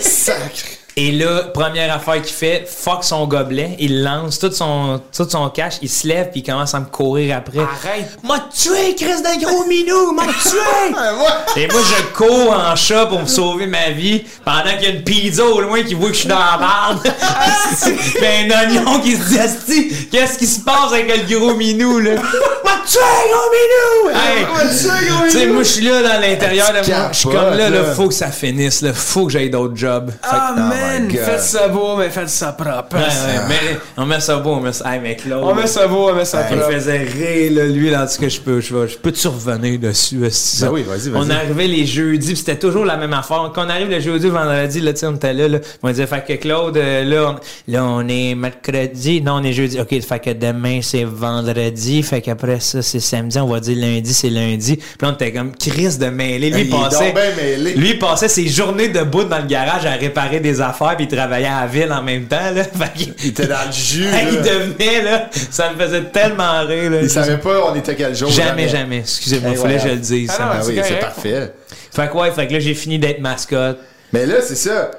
Sacré. Et là, première affaire qu'il fait, fuck son gobelet, il lance tout son, tout son cash, il se lève, puis il commence à me courir après. Arrête. M'a tué, Chris d'un gros minou, m'a tué! Ben, ouais. Et moi, je cours en chat pour me sauver ma vie pendant qu'il y a une pizza au loin qui voit que je suis dans la merde. Pis un oignon qui se dit, Asti, qu'est-ce qui se passe avec le gros minou, là? M'a tué, gros minou! Hey! Tu sais, moi, je suis là dans l'intérieur de moi. Je suis comme là, là, faut que ça finisse, là. Faut que j'aille d'autres jobs. Ah, Oh my man, God. faites ça beau, mais faites ça propre. Ouais, ouais, mais on met ça beau, on met ça. Hey, mais Claude. On met ça beau, on met ça Il me propre. faisait rire, là, lui, là, en tout cas, je peux, je, vais- je peux te revenir dessus. esti. Ben oui, vas-y, vas-y. On arrivait les jeudis, puis c'était toujours la même affaire. Quand on arrive le jeudi, le vendredi, là, tu sais, on était là, là. On disait, fait que Claude, euh, là, on, là, on est mercredi. Non, on est jeudi. OK, fait que demain, c'est vendredi. Fait qu'après ça, ça c'est samedi, on va dire lundi, c'est lundi. Puis là, on était comme Chris de mêlé. Lui, Il est donc passait, bien mêlé. lui il passait ses journées debout dans le garage à réparer des affaires, puis il travaillait à la ville en même temps. Là. Fait qu'il- Il était dans le jus. Hey, il là. devenait, là, ça me faisait tellement rire. Là, Il savait pas on était quel jour. jamais, jamais. Excusez-moi, Hey, fallait que je voilà. le dise. ça. Ah Ah C'est oui, c'est correct. parfait. Fait que ouais, fait que là, j'ai fini d'être mascotte. Mais là, c'est ça.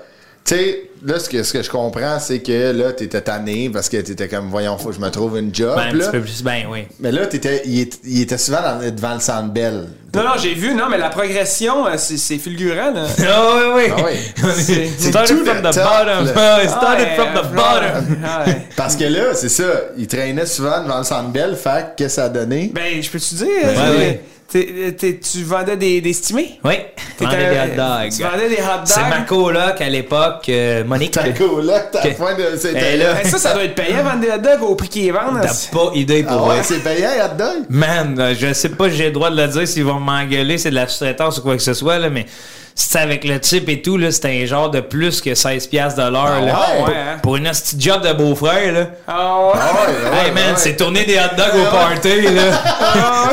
Tu sais, là, ce que, ce que je comprends, c'est que là, t'étais tanné parce que t'étais comme, voyons, faut que je me trouve une job. Ben, un là. petit peu plus. Ben oui. Mais là, t'étais, il, est- il était souvent dans- devant le centre belle. Non, non, j'ai vu, non, mais la progression, euh, c'est c'est fulgurant, là. Ah oui, Ah oui. oui. On est- C'est- on c'est started tout from le the top, bottom. là. Ah, it started Ah, from ouais, the bottom. ah, ouais. Parce que là, c'est ça, il traînait souvent devant le centre belle, fait que ça a donné. Ben, je peux-tu dire? ouais, euh, ouais. t'es- t'es- tu vendais des, des stimés? Oui. T'étais- Vendait des hot dogs. Tu vendais des hot dogs? C'est ma coloc à l'époque, euh, Monique. Ta coloc, ta Que- fin de. Eh C'était là. Eh, ça, ça doit être payant, vendre des hot dogs au prix qu'ils vendent. T'as pas idée pour Ah vrai. ouais, c'est payant, hot dog. Man, euh, je sais pas si j'ai le droit de le dire s'ils vont m'engueuler, c'est de la sous-traitance ou quoi que ce soit, là, mais c'était avec le chip et tout, là, c'était un genre de plus que 16$ piastres de l'heure. Ah là. ouais? Pour- Pour une petite job de beau-frère, là. Ah Ah ouais. ouais, ah ouais, hey man, ah ouais. c'est tourner des hot dogs au party, là.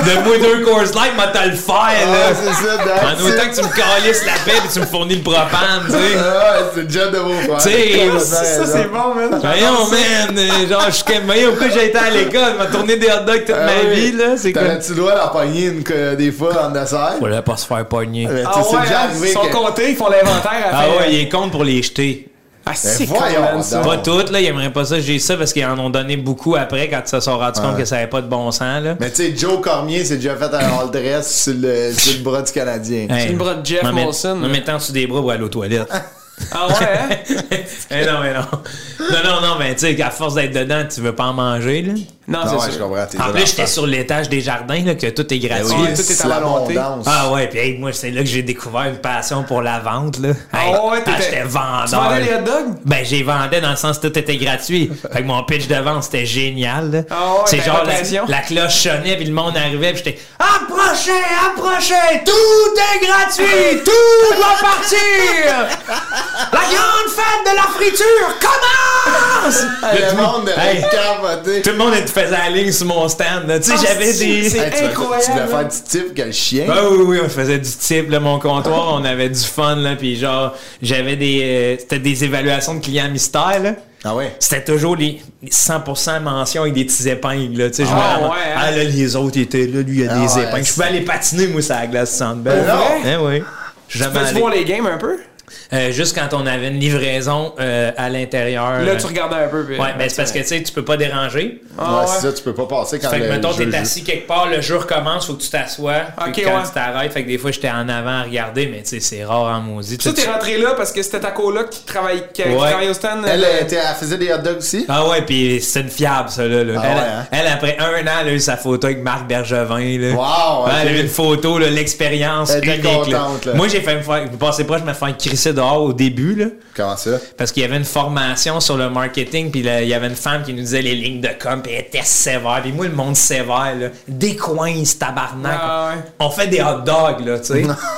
de moi deux courses light, moi t'as le faire, Ah, là. c'est ça, En that's autant it. que tu me calisses la paix et tu me fournis le propane, tu sais. Ah, ouais, c'est le job de vos frères. Tu sais, Ouais, ça, Ça, c'est bon, man. Ah, Ah, Voyons, man, euh, genre, je suis comme, voyons, pourquoi j'ai été à l'école, m'a tourné des hot dogs toute Ah ma oui. vie, là, c'est quoi? T'avais-tu le droit d'en pogner une que- des fois en dessert? Fallait pas se faire pogner. Mais tu Ah sais, c'est ouais, Ben, déjà hein, ils arrivé sont que- comptés, ils font l'inventaire Ah après. ouais, il est contre pour les jeter. Ah, c'est Ben con, voyons man, ça. donc. Pas toutes, là, il aimerait pas ça, j'ai ça, parce qu'ils en ont donné beaucoup après, quand ils se sont rendus compte que ça avait pas de bon sens, là. Mais tu sais, Joe Cormier s'est déjà fait un all dress sur le, sur le bras du Canadien. Hey, le bras de Jeff m'en met- Molson. m'en mettant sous des bras pour aller aux toilettes. Ah ouais, hein? Eh non, mais non. Non, non, non, mais tu sais, à force d'être dedans, tu veux pas en manger, là. Non, Ah c'est ouais, je sûr. comprends. t'es En dans plus, j'étais l'enfer. sur l'étage des jardins, là, que tout est gratuit. Oui, Ouais, tout est à la montée. l'abondance. Ah ouais, puis hey, moi, c'est là que j'ai découvert une passion pour la vente, là. Hey, Ah ouais, t'étais- j'étais vendeur. Tu vendais les hot dogs? Ben, j'ai vendais dans le sens que tout était gratuit. Fait que mon pitch de vente, c'était génial. là. Ah ouais, c'est t'as genre, l'impression? la, la cloche sonnait, puis le monde arrivait, puis j'étais « Approchez, approchez, tout est gratuit, tout doit partir! La grande fête de la friture commence! » Hey, Le Là, tout- monde Hey, est capoté. tout le monde il faisait la ligne sur mon stand. là. Tu sais, Ah, j'avais c'est- des... c'est- Hey, tu vas- Tu incroyable. vas faire du type que le chien. Ah oui, oui, on faisait du type, là, mon comptoir, on avait du fun, là, puis genre, j'avais des... euh, C'était des évaluations de clients mystères, là. Ah ouais. C'était toujours les les 100% mentions avec des petits épingles, là, tu sais, je me Ah rends- ouais, hein? Ah là, les autres, ils étaient là, lui, il y a Ah des ouais, épingles. Je c'est- pouvais aller patiner, moi, sur la glace sans Mais belle. non. Hein, oui. Je suis Jamais Peux-tu allé. voir les games un peu? Euh, juste quand on avait une livraison euh, à l'intérieur. Là, euh, tu regardais un peu. puis- Ouais, ben c'est parce que, tu sais, tu peux pas déranger. Ah ouais, ouais. c'est ça, tu peux pas passer quand Fait que, Ah, le mettons, jeu t'es joue. assis quelque part, le jeu recommence, faut que tu t'assoies. Ok, puis quand ouais. tu t'arrêtes, fait que des fois, j'étais en avant à regarder, mais tu sais, c'est rare en maudit. Ça, Tu- t'es rentré là parce que c'était ta coloc qui travaille, qui, qui Ouais. travaille au stand. Elle, euh, était- elle faisait des hot dogs aussi? Ah ouais, puis c'est une fiable, ça, là. là. Ah elle, ouais, hein? elle, après un an, elle a eu sa photo avec Marc Bergevin, là. Wow, ok. Ouais, Elle a eu une photo, là, l'expérience Elle était unique, là. contente, là. Moi, j'ai fait me faire... Vous passez proche, je me fais crisser dehors au début, là. Comment ça? Parce qu'il y avait une formation sur le marketing, puis là, il y avait une femme qui nous disait les lignes de com, puis elle était sévère. Puis moi, le monde sévère, là, décoigne, ce tabarnak. Ah ouais. On fait des hot dogs, là, tu sais.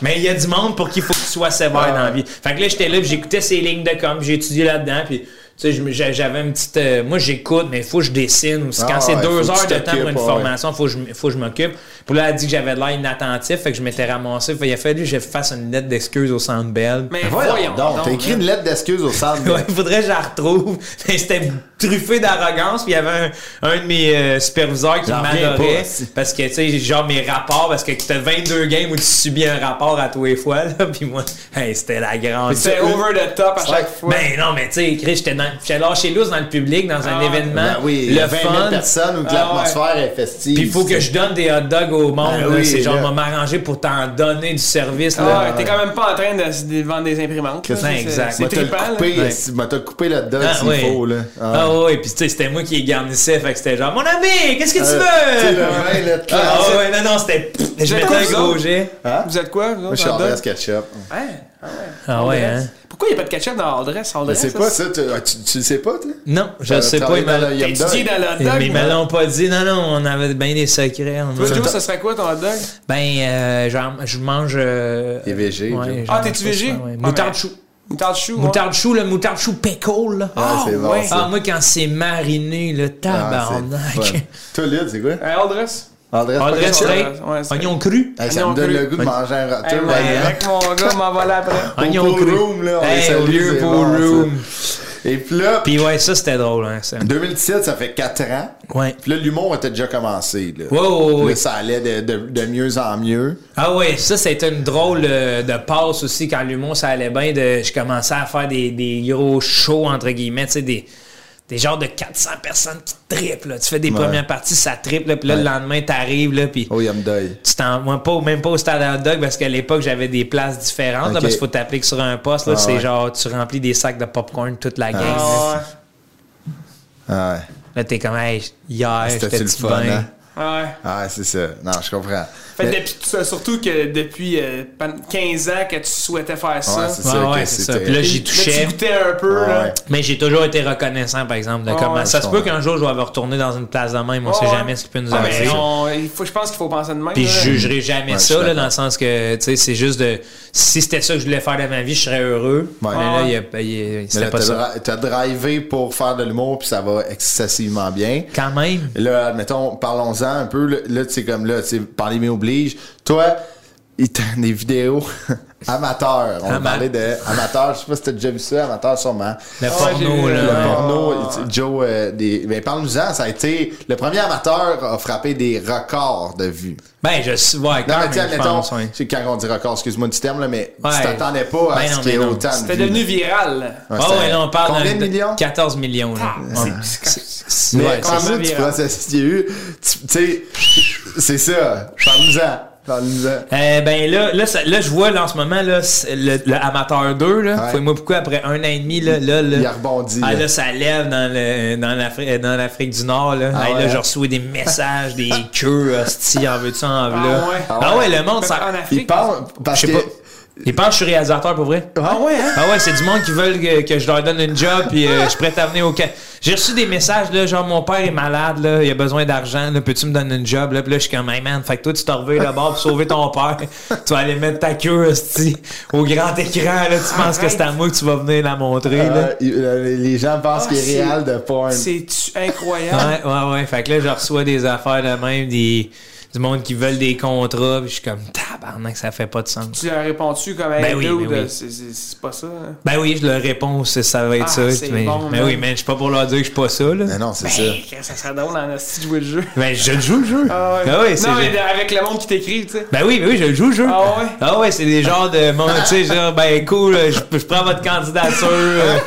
Mais il y a du monde pour qu'il faut que tu sois sévère dans la vie. Fait que là, j'étais là, puis j'écoutais ces lignes de com, puis j'ai étudié là-dedans, puis... Tu sais, je me- j'a- j'avais une petite. euh, moi, j'écoute, mais il faut que je dessine. Ou si- quand Ah c'est ouais, deux faut que heures tu de temps pour t'occupes, une ouais. formation, il faut que je, m- faut que je m'occupe. Puis là, elle a dit que j'avais de l'air inattentif, fait que je m'étais ramassé. Fait qu'il a fallu que je fasse une lettre d'excuse au Centre Bell. Mais Voyons voyons. donc, donc, t'as écrit man. une lettre d'excuse au centre. Ouais, il faudrait que je la retrouve. Mais c'était truffé d'arrogance. Puis il y avait un, un de mes euh, superviseurs qui J'en reviens m'adorait. pas. Parce que, tu sais, genre mes rapports, parce que t'as 22 games où tu subis un rapport à tous les fois. Là, puis moi, hey, c'était la grande. C'était over the top à chaque fois. Mais non, mais tu sais, Chris, j'étais dans- j'étais lâché loose dans le public, dans un Ah, événement. Ben oui, il y le a 20 000 fun. personnes où que Ah l'atmosphère est festive. Puis il faut que je donne des hot dogs au monde. Ben là. oui, c'est genre, là. je vais m'arranger pour t'en donner du service. Ah, là. ouais, t'es quand même pas en train de, de vendre des imprimantes. là. Qu'est-ce que C'est- c'est exact? C'est Moi, t'as le trippant. là. coupé, Ouais. si- moi, t'as coupé le dog s'il Ah, ouais. faut, là. Ah, ouais, puis tu sais, c'était moi qui les garnissais, fait que c'était genre, mon ami, qu'est-ce que tu Euh, Tu sais, veux? le vin, là, Ah, classe. ah, ouais, non, non, c'était. Je J'ai mettais pas un ça. gros jet. Hein? Vous êtes quoi? vous Moi, autres, je suis en hot dog? dress ketchup. Hein? Ah ouais. Ah All ouais, dress. hein? Pourquoi il n'y a pas de ketchup dans All Dress? All Mais Dress, c'est pas ça, tu, ah, tu- tu le sais pas, toi? Non, je Euh, sais pas. travailler Ils me dans le l'ont- Yum Dog. T'es dans le hot dog? mais ils me l'ont pas dit. Non, non, on avait bien des secrets. on- Toi, Joe, ça serait quoi ton hot dog? Ben, euh, genre, je mange. euh, T'es végé, ouais, Joe. genre, Ah, t'es-tu je sais végé? pas, ouais. Ah, Moutarde mais- chou. Moutarde chou. ouais. Moutarde chou, le moutarde chou pécole, là. Ah, c'est bon, ouais. ça. Ah, moi, quand c'est mariné, le Ah, tabarnak. c'est fun. Toi, Lyd, c'est quoi? Euh, Aldress. André, André André Straight. Straight, Ouais, c'est- oignon cru. Hey, ça Non me donne plus. le goût de manger un Hey, râteau. ouais, ben, avec mon gars, m'en voilà après. Au Oignon Pool cru. Room, là, on Hey, les salue, au vieux c'est Pool bon, ça. Room. Et puis là, Puis ouais, ça, c'était drôle, hein, ça. 2017, ça fait 4 ans. Ouais. Puis là, l'humour était déjà commencé. Là. Ouais, ouais, ouais, Là, ouais. ça allait de, de- de mieux en mieux. Ah ouais, ça, c'était une drôle euh, de passe aussi quand l'humour, ça allait bien. De, je commençais à faire des, des gros shows, entre guillemets, tu sais, des, des genres de 400 personnes qui triplent. là. Tu fais des premières parties, ça triple, là, puis là, le lendemain, t'arrives, là, puis... Oh, Yum Deuil. Tu t'en, moi, pas, même pas au stade hot dog parce qu'à l'époque, j'avais des places différentes. là, Ok. parce qu'il faut t'appeler que sur un poste. Là, Ah c'est ouais. genre, tu remplis des sacs de popcorn toute la game. là. Ah, ouais. Ah, ouais. Là, t'es comme, hey, hier, C'était-tu j'étais le petit fun, bain. hein? Ah, ouais. Ah, ouais, c'est ça. Non, je comprends. Fait que Mais- depuis, tout ça, surtout que depuis euh, pan- 15 ans que tu souhaitais faire ça. Ouais, c'est Ouais, ça. ouais, que c'est c'était- ça. Puis là, j'y Là, touchais. tu goûtais un peu. Ouais, là. ouais. Mais j'ai toujours été reconnaissant, par exemple, de Ah comment ouais, ça je se peut comprends. qu'un jour je vais avoir tourné dans une place de même. On sait Ouais, jamais ouais. ce qui peut nous Ah, arriver. mais on- il faut, je pense qu'il faut penser de même. Puis là. je jugerai jamais Ouais, je suis ça, là, d'accord. dans le sens que, tu sais, c'est juste de. Si c'était ça que je voulais faire de ma vie, je serais heureux. Ouais. Mais là, il y a- il y a- Mais c'était là, pas t'as ça. dri- t'as drivé pour faire de l'humour, puis ça va excessivement bien. Quand même. Là, admettons, parlons-en un peu. Là, là, tu sais, comme là, tu sais, pandémie oblige. Toi, il t'a des vidéos amateurs. On Ama- parlait de amateurs. Je sais pas si t'as déjà vu ça, amateurs sûrement. Le ouais, porno, j'ai- là. Ah, Le ouais. porno, tu- Joe, euh, des... ben, parle-nous-en, ça a été. Le premier amateur a frappé des records de vues. Ben, je suis. Ouais, Non, quand mais tiens, même, je admettons, pense, ouais. c'est quand on dit record, excuse-moi du terme, là, mais tu Ouais. t'attendais pas à Ben ce non, qu'il y ait mais non. autant de vues. C'était devenu viral. Ouais, Ah c'était- ouais, là, on parle Combien d'un- de millions? 14 millions. là. Ouais. C'est- c'est- C'est- Mais ouais, comment c'est ça. tu processes qu'il y a eu? Tu tu sais, c'est ça. Parle-nous-en. Parle-nous-en. Euh, ben là, là, ça- là, je vois là, en ce moment là, c'est le, le Amateur 2, là. Ouais. Faut- moi pourquoi après un an et demi, là, là, là- Il a rebondi, Ah, là. là, ça lève dans le dans l'Afrique, dans l'Afrique du Nord. Là, Ah Hey, là ouais. je reçois des messages, des queues, hostie, en veux-tu en veux-là. Ah ouais. Ah ouais, le monde, ça. En Afrique. Il parle parce Je que. sais pas. Ils pensent que je suis réalisateur pour vrai. Ah ouais, hein? Ah ouais, c'est du monde qui veulent que, que je leur donne une job puis euh, je suis prêt à venir au camp. J'ai reçu des messages là, genre mon père est malade là, il a besoin d'argent, là, peux-tu me donner une job là? Puis là je suis comme hey man, fait que toi tu t'en reviens là-bas pour sauver ton père. tu vas aller mettre ta queue hostie, au grand écran là, tu penses que c'est à moi que tu vas venir la montrer là. Euh, il- euh, les gens pensent Ah, qu'il est c'est- réel de porn. C'est incroyable. Ouais, ouais, ouais. Fait que là, je reçois des affaires de même, des, du monde qui veulent des contrats, puis je suis comme, tabarnak, ça fait pas de sens. Tu leur réponds-tu comme un Ben oui, dude, ben oui. c'est- c'est- C'est pas ça. hein? Ben oui, je leur réponds, c'est- ça va être Ah, ça. c'est Mais, bon, mais man. Ben. oui, mais je suis pas pour leur dire que je suis pas ça, là. Mais non, c'est Hey, Ça serait drôle en asti de jouer le jeu. Ben, je le joue le jeu. Ah Ben oui, c'est- non, mais avec le monde qui t'écrit, tu sais. Ben oui, ben oui, je le joue le jeu. Ah ouais? Ah ouais, c'est des genres de. mon- Tu sais, genre, ben cool, euh, je, je prends votre candidature. euh,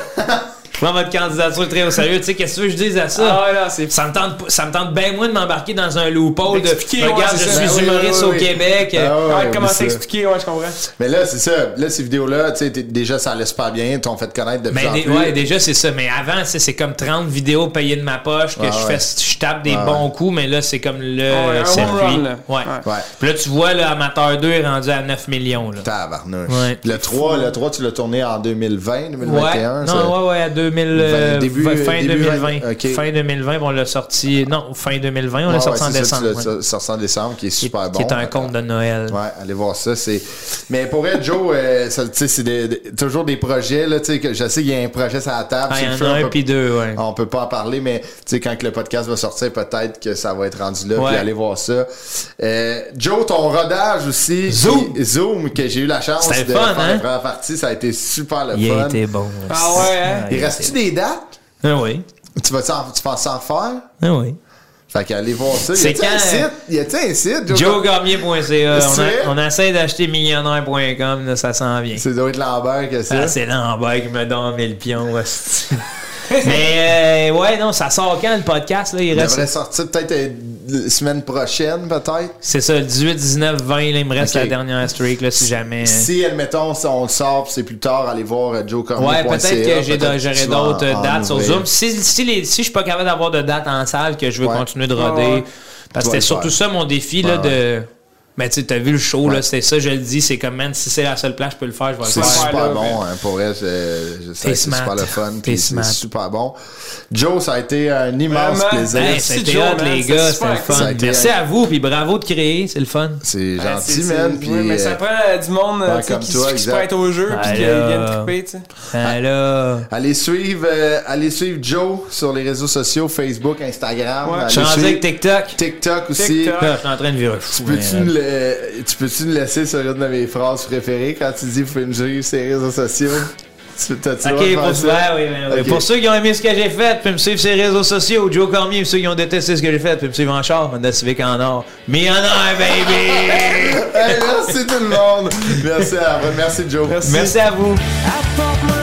je prends votre candidature très au sérieux. Tu sais, qu'est-ce que tu veux que je dise à ça? Ah ouais, non, c'est Ça me tente, pas- ça me tente bien moins de m'embarquer dans un loophole de. D'expliquer, ouais, Regarde, c'est je ça. suis Ben oui, humoriste oui, oui. au Québec. euh, Ah ouais, Ah, ouais, comment c'est ça. t'expliquer, ouais, je comprends. Mais là, c'est ça. Là, ces vidéos-là, tu sais, t'es- déjà, ça allait super bien. T'ont fait connaître de plus Mais en dé- plus. Ben, ouais, déjà, c'est ça. Mais avant, c'est c'est comme 30 vidéos payées de ma poche que Ah Ouais, je ouais. fais, je tape des Ouais, bons coups, mais là, c'est comme le Ouais, un circuit. home run, là. Ouais. Ouais. Ouais. Puis là, tu vois, là, Amateur 2 est rendu à 9 millions. Là. Tabarnouche. Ouais. Le 3, le 3, tu l'as tourné en 2020, Ouais, 2021. ça. non, ouais, ouais, à 2000, euh, Début- fin- fin début 2020. vingt- ok. Fin 2020, on l'a sorti. Non, fin 2020, on l'a Ouais, sorti ouais, en c'est ça, décembre. tu ouais. l'as sorti en décembre, qui est Qui, super bon. qui est un conte de Noël. Ouais, allez voir ça. C'est. Mais pour être Joe, euh, ça, tu sais, c'est des- des- toujours des projets. Là, tu sais, que je sais qu'il y a un projet sur la table. Ah, c'est Ah, il y le en feu, a on un peut- puis deux, ouais. On peut pas en parler, mais tu sais, quand que le podcast va sortir, peut-être que ça va être rendu là. Ouais. Puis allez voir ça. Euh, Joe, ton rodage aussi. Zoom. Et- Zoom, que j'ai eu la chance de C'était le fun, faire la hein? première partie. Ça a été super le Il fun. a été bon. Ah ouais, hein? Il reste-tu des dates? Ah oui. Tu vas en, tu penses en faire? Ah oui. Fait qu'allez voir ça. C'est Y a-t-il un quand, euh, site? Y a-t-il un site? JoeGarmier.ca. C'est On, vrai? a- on essaie d'acheter millionnaire.com, là, ça s'en vient. C'est doit être Lambert que ça. Ah, c'est Lambert qui me donne le pion. hostie. Mais euh, ouais, non, ça sort quand le podcast? Là, il Il reste. devrait sortir peut-être euh, la semaine prochaine, peut-être. C'est ça, le 18, 19, 20, là, il me reste Ok. la dernière streak là, si jamais. hein. Si, admettons, si on le sort, puis c'est plus tard, allez voir euh, Joe Cormier.ca, Ouais, peut-être que j'ai peut-être j'aurai tu vas en- d'autres euh, en dates sur ouvrir. Zoom. Si, si, les- si je suis pas capable d'avoir de dates en salle que je veux Ouais. continuer de roder. Ouais, ouais. Parce Tu que vas le c'était surtout faire. ça mon défi Ouais, là, de. Mais tu sais, t'as vu le show, là, c'était ça, je le dis, c'est comme, man, si c'est la seule place, je peux le faire, je vais le C'est faire. Ouais, super là, bon, mais- hein, pour elle, je- je- ça a T'es été super smart. le fun, T'es puis c'est smart. super bon. Joe, ça a été un immense Vraiment. plaisir. Hey, Merci, c'était Joe, hot, man, les c'était gars, super c'était le cool. Ça a fun. été- Merci à vous, puis bravo de créer, c'est le fun. C'est Ben, Ouais, gentil, Ben, c'est- man. c'est- puis, oui, mais ça euh, prend euh, du monde euh, tu sais, comme qui, toi, se- qui se exact. prête au jeu puis qui Alors. viennent triper, tu sais. Ben Alors, Allez suivre, euh, allez suivre Joe sur les réseaux sociaux, Facebook, Instagram. Ouais. Allez je suis rendu suivre avec TikTok. TikTok aussi. TikTok. Là, je suis en train de virer Tu fou. peux-tu mais, nous euh, le- tu peux-tu nous laisser sur une de mes phrases préférées quand tu dis vous pouvez me suivre sur les réseaux sociaux? Tu t'as-tu le droit de Ok, pour, faire ça? ouais, oui, oui, oui. Ok. Pour ceux qui ont aimé ce que j'ai fait, puis me suivre sur les réseaux sociaux. Joe Cormier, puis ceux qui ont détesté ce que j'ai fait, puis me suivre en char, Honda Civic en or. Mais en or, baby! Hey, merci tout le monde! Merci à- merci Joe. Merci à vous. I thought my